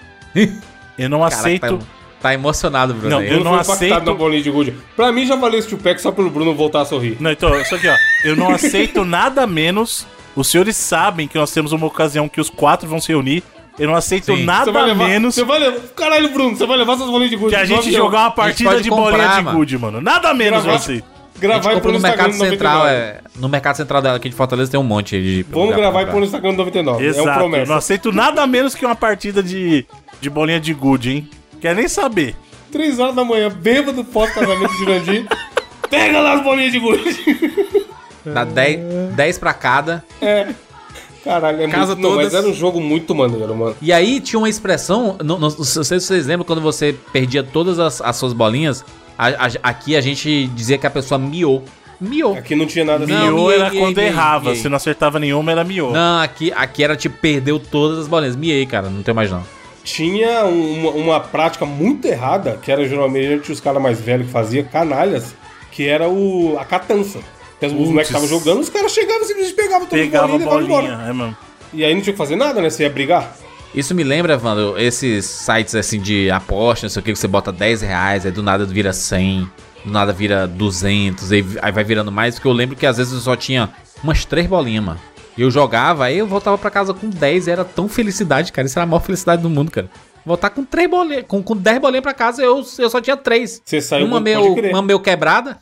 Eu não Caraca, aceito. Tá, tá emocionado, Bruno. Não, aí. eu Bruno não foi impactado aceito- na bolinha de gude. Pra mim já valeu esse two-pack só pelo Bruno voltar a sorrir. Não, então, isso aqui, ó. Eu não aceito nada menos Os senhores sabem que nós temos uma ocasião que os quatro vão se reunir. Eu não aceito Sim. nada Você vai levar, menos Você vai levar. Caralho, Bruno, você vai levar essas bolinhas de gude. que a gente Nove, jogar uma partida pode de bolinha comprar, de mano. gude, mano. Nada menos Gravar- você. A gente Gravar e compra pôr no no Instagram mercado do central, 99. é. No mercado central daqui de Fortaleza tem um monte aí de. Vamos lugar pra gravar e comprar. pôr no Instagram do 99. Exato. É o Eu não promessa. aceito nada menos que uma partida de, de bolinha de gude, hein? Quer nem saber. Três horas da manhã, bêbado pós-casamento de Jurandir. Pega lá as bolinhas de gude. Dá 10, 10 pra cada. Caralho, é Casa muito... Não, mas todas. era um jogo muito maneiro, mano. E aí tinha uma expressão, não, não- não sei se vocês lembram, quando você perdia todas as, as suas bolinhas, a- a- aqui a gente dizia que a pessoa miou. Miou. Aqui não tinha nada Não, assim. Miou miei, era miei, quando miei, errava. miei. Se não acertava nenhuma, era miou. Não, aqui, aqui era tipo, perdeu todas as bolinhas. Miei, cara, não tem mais não. Tinha um- uma, uma prática muito errada, que era geralmente os caras mais velhos que faziam, canalhas, que era o a catança. Que os moleques estavam jogando, os caras chegavam, simplesmente pegavam todas as Pegava a bolinhas e levavam bolinha. embora. É, mano. E aí não tinha que fazer nada, né? Você ia brigar. Isso me lembra, Evandro, esses sites assim de aposta, não sei o que, que você bota 10 reais, aí do nada vira 100, do nada vira 200, aí, aí vai virando mais, porque eu lembro que às vezes eu só tinha umas três bolinhas, mano. E eu jogava, aí eu voltava pra casa com 10, era tão felicidade, cara, isso era a maior felicidade do mundo, cara. Voltar com três bolinhas, com, com 10 bolinhas pra casa, eu, eu só tinha três. Você saiu uma pode meio, crer. uma meio quebrada.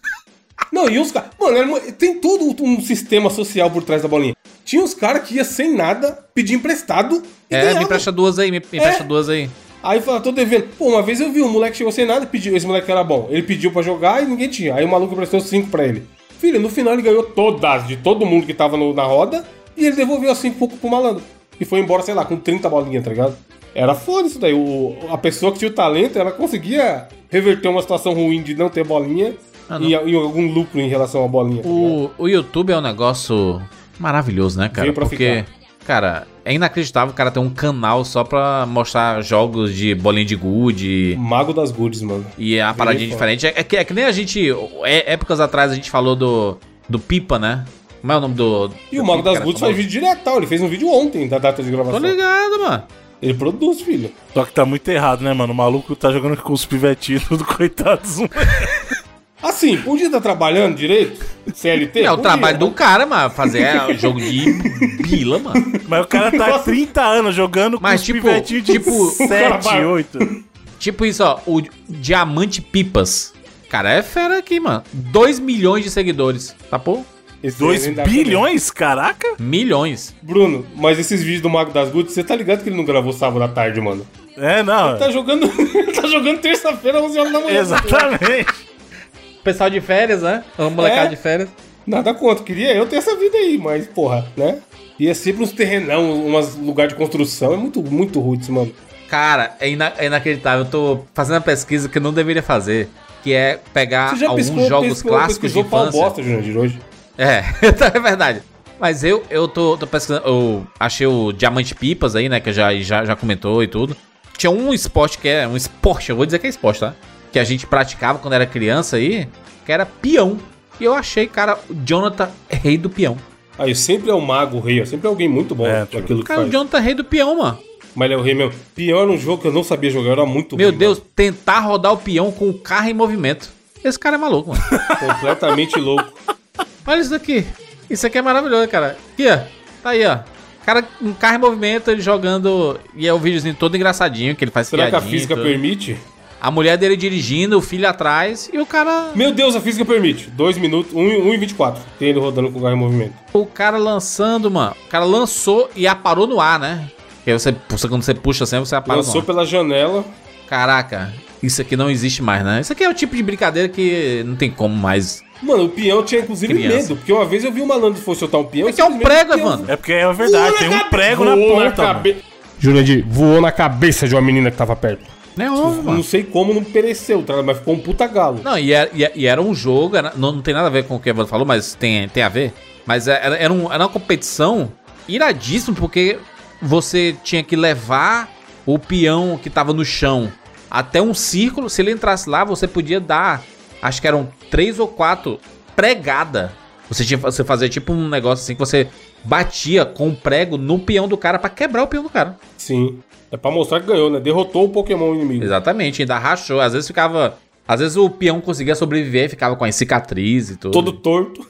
Não, e os caras. Mano, era uma- tem todo um sistema social por trás da bolinha. Tinha os caras que ia sem nada, pedir emprestado e É, ganhava. me empresta duas aí, me, me É. empresta duas aí. Aí fala, tô devendo. Pô, uma vez eu vi um moleque chegou sem nada, pediu. Esse moleque era bom. Ele pediu pra jogar e ninguém tinha. Aí o maluco emprestou cinco pra ele. Filho, no final ele ganhou todas, de todo mundo que tava no- na roda, e ele devolveu assim pouco pro malandro. E foi embora, sei lá, com 30 bolinhas, tá ligado? Era foda isso daí. O, a pessoa que tinha o talento, ela conseguia reverter uma situação ruim de não ter bolinha Ah, não. E, e algum lucro em relação à bolinha. tá ligado? O, o YouTube é um negócio maravilhoso, né, cara? Veio pra Porque, cara, é inacreditável o cara ter um canal só pra mostrar jogos de bolinha de gude Mago das Goods, mano. e a paradinha pô. diferente. É, é que, é que nem a gente, é- épocas atrás, a gente falou do, do Pipa, né? Como é o nome do. E do o Mago Pipa, das cara? Goods faz vídeo direto, tal. Ele fez um vídeo ontem da data de Tô gravação. ligado, mano. Ele produz, filho. Só que tá muito errado, né, mano? O maluco tá jogando com os pivetinhos do coitados. Assim, podia estar trabalhando direito? CLT? É o Podia. trabalho do cara, mano. Fazer é, jogo de bila, mano. Mas o cara tá há 30 anos jogando com Mas, os tipo- pivetinhos de tipo- 7, 8. Tipo isso, ó. O Diamante Pipas. Cara, é fera aqui, mano. 2 milhões de seguidores. Tá pô? Esse 2 ainda- bilhões? Caraca! Milhões. Bruno, mas esses vídeos do Mago das Goods, você tá ligado que ele não gravou sábado à tarde, mano? É, não. Tá jogando, tá jogando terça-feira, 11 horas da manhã. Exatamente. Pessoal de férias, né? O molecada molecada É. de de férias. Nada contra, queria eu ter essa vida aí, mas porra, né? E é sempre uns terrenão, umas lugar de construção, é muito, muito roots, mano. Cara, é, ina- é inacreditável. Eu tô fazendo uma pesquisa que eu não deveria fazer, que é pegar Você já alguns piscou, jogos piscou, clássicos de pesquisou pau infância. bosta, Jurandir, hoje. É, então é verdade. Mas eu, eu tô, tô pesquisando. Eu achei o Diamante Pipas aí, né? Que já, já, já comentou e tudo. Tinha um esporte que é. Um esporte, eu vou dizer que é esporte, tá? Que a gente praticava quando era criança aí, que era peão. E eu achei, cara, o Jonathan Tá rei do peão. Aí sempre é o mago, o rei, ó, sempre é alguém muito bom É, é, tipo, daquilo que Cara, o faz. Jonathan rei do peão, mano. Mas ele é o rei mesmo. Pior era um jogo que eu não sabia jogar, eu era muito Meu ruim, Deus, tentar rodar o peão com o carro em movimento. Esse cara é maluco, mano. mano. Completamente louco. Olha isso daqui. Isso aqui é maravilhoso, cara. Aqui, ó. Tá aí, ó. Cara, um carro em movimento, ele jogando. E é o videozinho todo engraçadinho que ele faz Será que a piadinha e física tudo. permite? A mulher dele dirigindo, o filho atrás. E o cara. Meu Deus, a física permite. 2 minutos, 1 um, um e 24. Tem ele rodando com o carro em movimento. O cara lançando, mano. O cara lançou e aparou no ar, né? Que aí você, puxa- quando você puxa assim, você apara Lançou no pela janela. ar. Caraca, isso aqui não existe mais, né? Isso aqui é o tipo de brincadeira que não tem como mais. Mano, o peão tinha inclusive Criança. medo, porque uma vez eu vi um malandro for soltar um peão. Isso aqui é um prego, mano. Evandro. É porque é verdade, tem um prego na voou ponta. mano. cabe... Jurandir, voou na cabeça de uma menina que tava perto. Não é ovo, mano. Não sei como não pereceu, tá? ligado? mas ficou um puta galo. Não, e era, e era- e era um jogo, era- não, não tem nada a ver com o que o Evandro falou, mas tem, tem a ver. Mas era, era um- era uma competição iradíssima, porque você tinha que levar o peão que tava no chão até um círculo. Se ele entrasse lá, você podia dar, acho que eram três ou quatro pregada. Você, tinha, você fazia tipo um negócio assim que você batia com um prego no peão do cara pra quebrar o peão do cara. Sim. É pra mostrar que ganhou, né? Derrotou o Pokémon inimigo. Exatamente, ainda rachou. Às vezes ficava. Às vezes o peão conseguia sobreviver, ficava com as cicatrizes e tudo. Todo torto.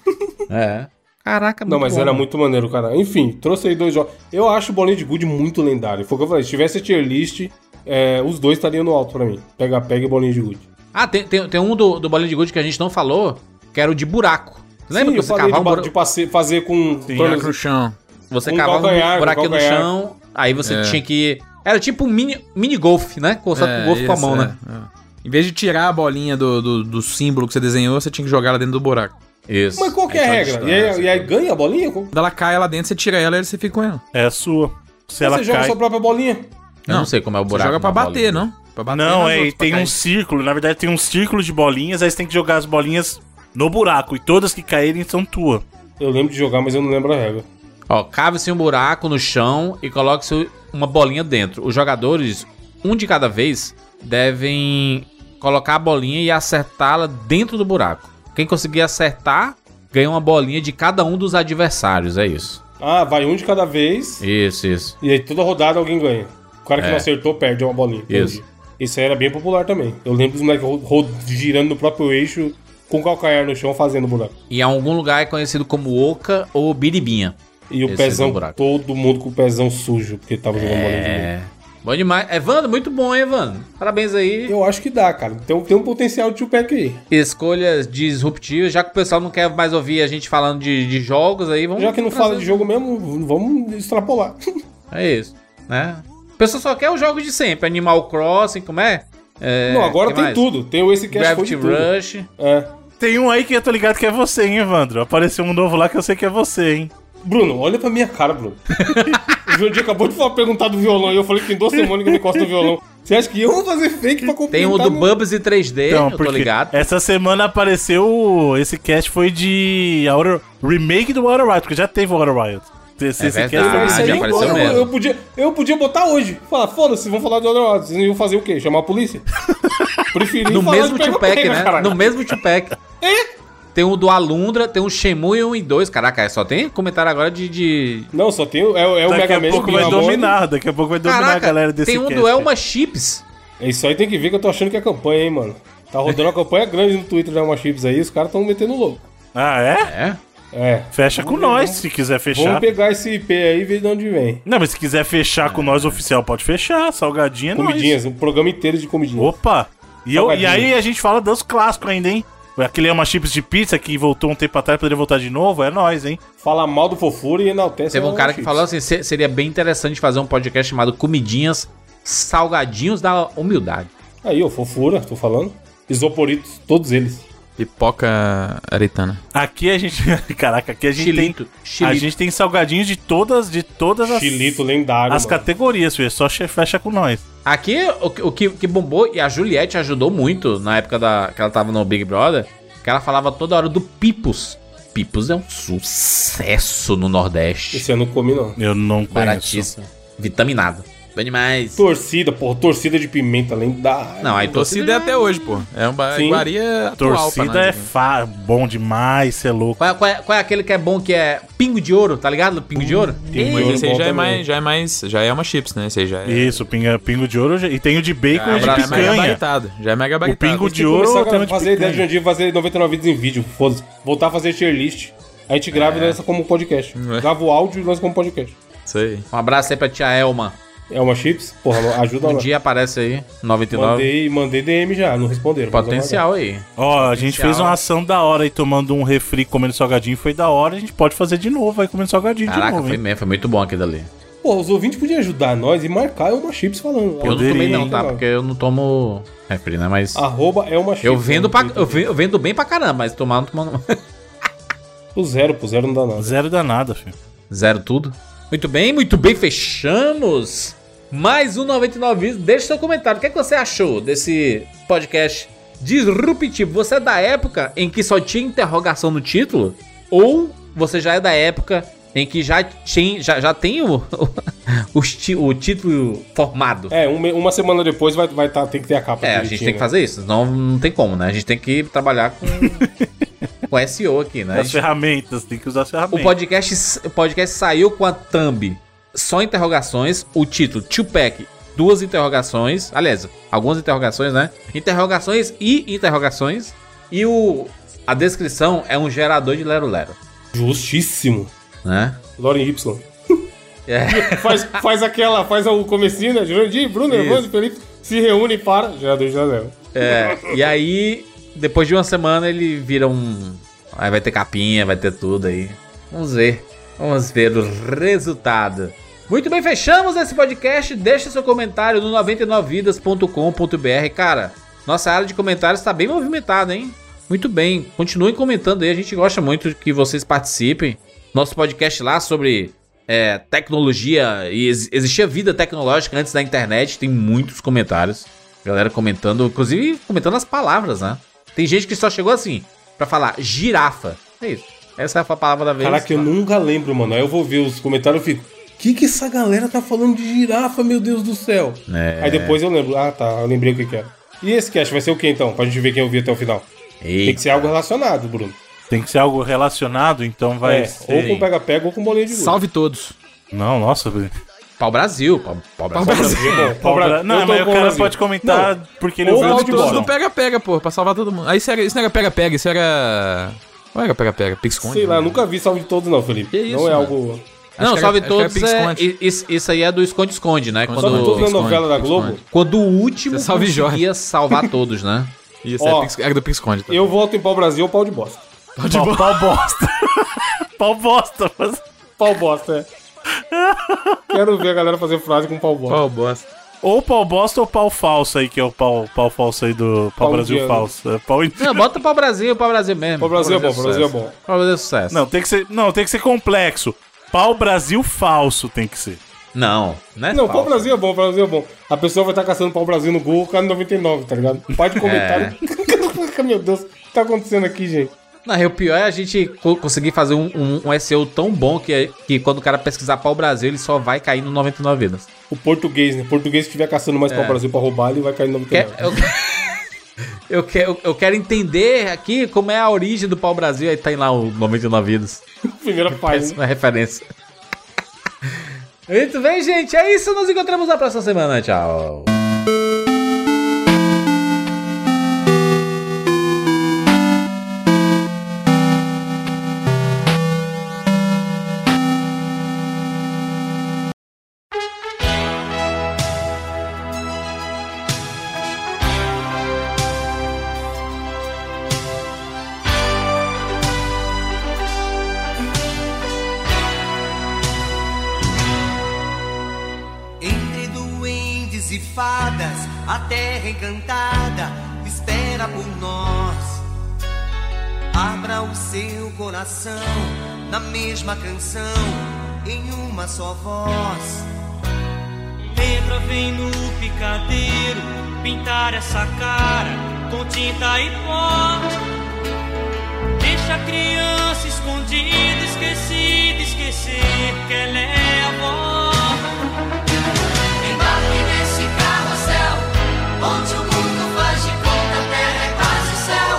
É. Caraca, Não, mas bom. era muito maneiro, cara. Enfim, trouxe aí dois jogos. Eu acho o Bolinha de Gude muito lendário. Foi o que eu falei. Se tivesse a tier list, é, os dois estariam no alto pra mim. Pega, pega e Bolinha de Gude. Ah, tem, tem, tem um do, do Bolinha de Gude que a gente não falou, que era o de buraco. Lembra Sim, que eu você falei de, cavava um ba- buraco? de passe- fazer com... tornozelo- no chão. Você um cavava um calcanhar, um buraquinho no calcanhar. chão, aí você É. tinha que. Era tipo um mini, mini golfe, né? Coçado com É, golfe com a isso, mão, é, né? é. Em vez de tirar a bolinha do, do, do símbolo que você desenhou, você tinha que jogar ela dentro do buraco. Isso. Mas qual que é a regra? E aí, e aí ganha a bolinha? Qual- Quando ela cai lá dentro, você tira ela e você fica com ela. É a sua. Se ela você joga cai. sua própria bolinha? Eu não, Não, sei como é o Você buraco. joga pra na bola. bater, não? Pra bater Não, nas é, e outras, pra tem cair. um círculo. Na verdade, tem um círculo de bolinhas, aí você tem que jogar as bolinhas no buraco. E todas que caírem são tua. Eu lembro de jogar, mas eu não lembro a regra. Ó, cave-se um buraco no chão e coloque-se uma bolinha dentro. Os jogadores, um de cada vez, devem colocar a bolinha e acertá-la dentro do buraco. Quem conseguir acertar, ganha uma bolinha de cada um dos adversários. É isso. Ah, vai um de cada vez. Isso, isso. E aí toda rodada alguém ganha. O cara que É. não acertou perde uma bolinha. Isso. Entendi. Isso aí era bem popular também. Eu lembro dos moleques ro- ro- girando no próprio eixo com o calcanhar no chão fazendo buraco. E em algum lugar é conhecido como oca ou biribinha. E o Esse é do pezão, buraco. todo mundo com o pezão sujo, porque tava jogando bolinha de gude. É. Bom demais. Evandro, muito bom, hein, Evandro? Parabéns aí. Eu acho que dá, cara. Então tem um potencial de Tupac aí. Escolhas disruptivas. Já que o pessoal não quer mais ouvir a gente falando de, de jogos aí, vamos. Já que não fala de jogo mesmo, vamos extrapolar. É isso, né? O pessoal só quer os jogos de sempre. Animal Crossing, como é? É, não, agora que tem mais? tudo. Tem o esse cast foi Gravity de tudo. Rush. É. Tem um aí que eu tô ligado que é você, hein, Evandro? Apareceu um novo lá que eu sei que é você, hein? Bruno, olha pra minha cara, Bruno. o Jordi acabou de falar, perguntar do violão e eu falei que tem duas semanas que eu não encosto no violão. Você acha que eu vou fazer fake pra Tem completar? o do meu- Bubbles e 3D, Então, eu tô é ligado. Então, essa semana apareceu. o- Esse cast foi de. Outer- remake do Outer Wild, porque já teve o Outer Wild. Esse, É esse cast verdade, Ah, foi isso já aí remake. eu- apareceu eu, mesmo. eu podia, eu podia botar hoje. Falar, foda-se, vão falar de Outer Wilds. Vocês iam fazer o quê? Chamar a polícia? Preferi No falar de mesmo pegar Tupac, pena, né? caralho. No mesmo Tupac. Tem o do Alundra, tem o Shenmue 1 e 2. Caraca, é só tem comentário agora de- de, Não, só tem o, é, é o Daqui Mega a Man pouco que vai ganha a bola. dominar, daqui a pouco vai dominar Caraca, a galera desse tem um cast. duel uma chips. Isso aí tem que ver que eu tô achando que é campanha, hein, mano. Tá rodando uma campanha grande no Twitter da Uma Chips aí, os caras tão metendo louco. Ah, é? É? É. Fecha com nós, se quiser Vamos fechar. pegar esse IP aí e ver de onde vem. Não, mas se quiser fechar com nós oficial, pode fechar. Salgadinha é nóis. Comidinhas, um programa inteiro de comidinhas. Opa! E, eu, e Salgadinho. aí a gente fala dos clássicos ainda, hein? Aquele é uma chips de pizza que voltou um tempo atrás, poderia voltar de novo, é nós, hein? Fala mal do fofura e enaltece Teve a um cara Uma que Chips. falou assim: "Se- seria bem interessante fazer um podcast chamado Comidinhas Salgadinhos da Humildade. Aí, ó, fofura, tô falando. Isoporitos, todos eles. Pipoca aretana. Aqui a gente. Caraca, aqui a gente Chilito. tem. Chilito. A gente tem salgadinhos de todas, de todas as, Chilito lendário. as mano. categorias, filho. É Só che- fecha com nós. Aqui, o, que- o que, que bombou, e a Juliette ajudou muito na época da, que ela tava no Big Brother, que ela falava toda hora do Pipos. Pipos é um sucesso no Nordeste. Esse eu não comi, não. Eu não conheço. Baratíssimo. Vitaminado. Bem demais. Torcida, pô, torcida de pimenta lendária. Não, aí Torcida é até hoje, pô. É uma Sim. iguaria atual pra Torcida nós, é né? fa... bom demais, cê é louco. Qual é, qual, é, qual é aquele que é bom que é pingo de ouro, tá ligado? Pingo de ouro? Pingo Mas de esse Bom aí já é, também. mais, já é mais. Já é uma chips, né? Esse aí já é. Isso, pinga, pingo de ouro. E tem o de bacon e o de já é mega picanha. baritado. Já é mega baritado. pingo de Tem que ouro começar ou tem Tipo, a um de fazer ideia de um picanha? dia fazer 99 vídeos em vídeo, foda-se. Voltar a fazer tier list. A gente grava e lança como um podcast. É. Grava o áudio e lança como um podcast. Isso aí. Um abraço aí pra tia Elma. É uma chips? Porra, ajuda Um lá. dia aparece aí, 99. Mandei, mandei DM já, não responderam. mas Potencial aí. Ó, a gente Potencial. fez uma ação da hora aí, tomando um refri, comendo salgadinho. Foi da hora, a gente pode fazer de novo aí, comendo salgadinho de Caraca, novo, foi, hein? mesmo, foi muito bom aquilo ali. eu vou. Porra, os ouvintes podiam ajudar nós e marcar é uma chips falando. Eu não Poderia, tomei não, hein, tá? cara? Porque eu não tomo refri, né? Mas Ah, Arroba é uma chips. eu vendo, pra, lá no eu, Twitter. ve- eu vendo bem pra caramba, mas tomar não tomando Pro né? zero, pro zero não dá nada. Zero danada, filho. Zero tudo. Muito bem, muito bem, fechamos. Mais um 99 vídeos. Deixa seu comentário. O que, é que você achou desse podcast disruptivo? Você é da época em que só tinha interrogação no título? Ou você já é da época em que já, tinha, já, já tem o, o, ti- o título formado? É, um me- uma semana depois vai, vai tá, tem que ter a capa É, a gente tem que fazer isso, senão não tem como, né? A gente tem que trabalhar com, com SEO aqui, né? A As gente- ferramentas, tem que usar as o, ferramentas. podcast, o podcast saiu com a thumb, só interrogações, o título, Tupac, duas interrogações, aliás, algumas interrogações, né? Interrogações e interrogações, e o, a descrição é um gerador de lero-lero. Justíssimo. né? Lauren Y. É. Faz, faz aquela, faz o comecinho, né? Jurandir, Bruno, Evandro, Felipe se reúnem para gerador de janela. É, e aí, depois de uma semana, ele vira um. Aí vai ter capinha, vai ter tudo aí. Vamos ver. Vamos ver o resultado. Muito bem, fechamos esse podcast. Deixa seu comentário no 99vidas.com.br. Cara, nossa área de comentários tá bem movimentada, hein? Muito bem. Continuem comentando aí. A gente gosta muito que vocês participem. Nosso podcast lá sobre é, tecnologia e ex- existia vida tecnológica antes da internet. Tem muitos comentários. Galera comentando, inclusive comentando as palavras, né? Tem gente que só chegou assim pra falar girafa. É isso. Essa é a palavra da vez. Caraca, eu nunca lembro, mano. Aí eu vou ver os comentários e fico. Que que essa galera tá falando de girafa, meu Deus do céu? É. Aí depois eu lembro. Ah, tá, eu lembrei o que que era. E esse cast vai ser o que então? Pra gente ver quem ouviu até o final. Tem Ei, que ser algo relacionado, Bruno. Tem que ser algo relacionado, então vai É, ou ser. com pega-pega ou com bolinha de gude. Salve todos. Não, nossa, Bruno. pau Brasil. Pau, pau Brasil. Bom, Pau Bra- Bra- Não, eu tô mas o com cara Brasil. pode comentar porque ele é Ou ouviu áudio de Bora. Todos do tudo. pega-pega, pô, pra salvar todo mundo. Aí isso era, isso não era pega-pega, isso era. Qual era pega-pega? Pixconde? né? Sei lá, eu nunca vi salve de todos, não, Felipe. Que isso, não é mano? algo. Acho Não, que era- salve acho que era todos. é- Pixconde. i- isso, isso aí é do esconde-esconde, né? Quando- Salve de Quando, todos na Pixconde, novela da Globo. Pixconde. quando o último Você salve Jorge. conseguia salvar todos, né? Isso, Ó, é Pix- era do Pixconde. Tá? Eu voto em pau Brasil ou pau de bosta. Pau, pau bosta. pau bosta. Mas... Pau bosta, é. Quero ver a galera fazer frase com pau bosta. Pau bosta. Ou pau bosta ou pau falso aí, que é o pau, pau falso aí do Pau, Pau Brasil indiano. falso. É, pau in- Não, bota pau Brasil, pau Brasil mesmo. Pau Brasil é bom, pau Brasil é sucesso. bom. Pau Brasil é sucesso. Não, tem que ser, não, tem que ser complexo. Pau Brasil falso tem que ser. Não, né? Não, pau Brasil é bom, pau Brasil é bom. A pessoa vai estar caçando pau Brasil no Google, cara 99, tá ligado? Pai de comentário. Meu Deus, o que tá acontecendo aqui, gente? Não, e o pior é a gente co- conseguir fazer um, um- um SEO tão bom que, que quando o cara pesquisar pau Brasil, ele só vai cair no 99 vidas. O português, né? O português que estiver caçando mais pau Brasil pra roubar, ele vai cair no Quer- 99. eu, eu, que- eu- eu quero entender aqui como é a origem do pau Brasil, aí tem lá o 99 vidas. Primeira Parece página. uma referência. Muito bem, gente. É isso. Nos encontramos na próxima semana. Tchau. Entre duendes e fadas, a terra encantada espera por nós. Abra o seu coração na mesma canção, em uma só voz. Petra vem no picadeiro pintar essa cara com tinta e pó. Deixa a criança escondida, esquecida, esquecer que ela é avó. Embarque nesse carrossel, onde o mundo faz de conta, a terra é quase o céu.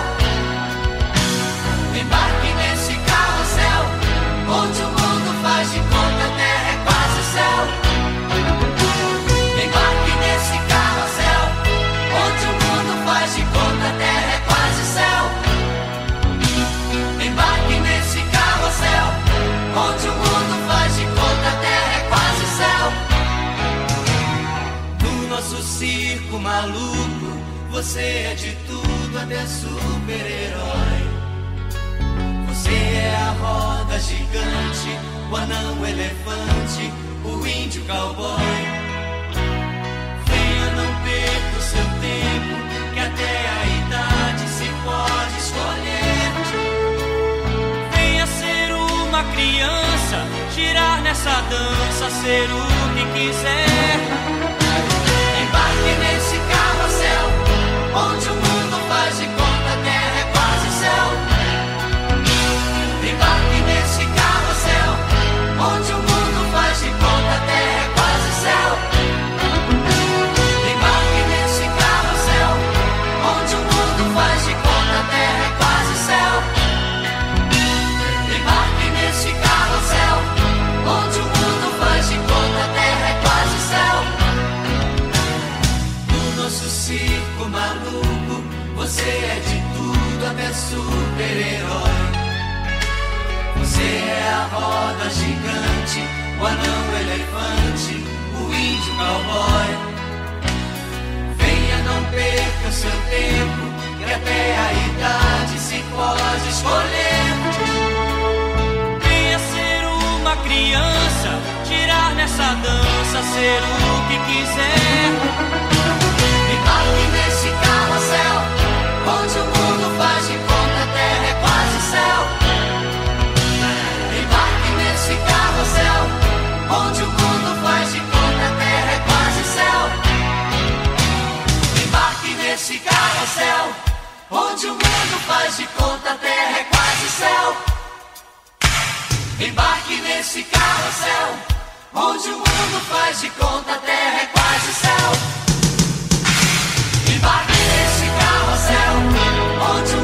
Embarque nesse carrossel, onde o mundo faz de conta, a terra é quase o céu. Embarque nesse carrossel, onde o mundo faz de conta, a terra é quase o céu. Embarque nesse carrossel, onde o mundo faz de conta, a terra é quase o céu. No nosso circo maluco, você é de tudo até super-herói. Você é a roda gigante, o anão elefante, o índio cowboy. Venha, não perca o seu tempo, que até a idade se pode escolher. Venha ser uma criança, girar nessa dança, ser o que quiser. Embarque nesse carrossel, onde o mundo faz de conta, a terra é quase céu. Embarque nesse carrossel, onde o mundo faz de conta, a terra é quase céu. Embarque nesse carrossel, onde o mundo faz de conta, a terra é quase céu. Embarque nesse carrossel, onde o mundo faz de conta, a terra é quase céu. No nosso circo maluco, você é de tudo até super-herói. Você a roda gigante, o anão o elefante, o índio cowboy. Venha, não perca seu tempo, que até a idade se pode escolher. Venha ser uma criança, tirar nessa dança, ser o que quiser. E embarque nesse carrossel, onde o mundo faz de conta, a terra é quase céu nesse carrossel Onde o mundo faz de conta, a terra é quase céu Embarque nesse carrossel Onde o mundo faz de conta, a terra é quase céu Embarque nesse carrossel Onde o mundo faz de conta, a terra é quase céu Embarque nesse carrossel Onde o é é é é é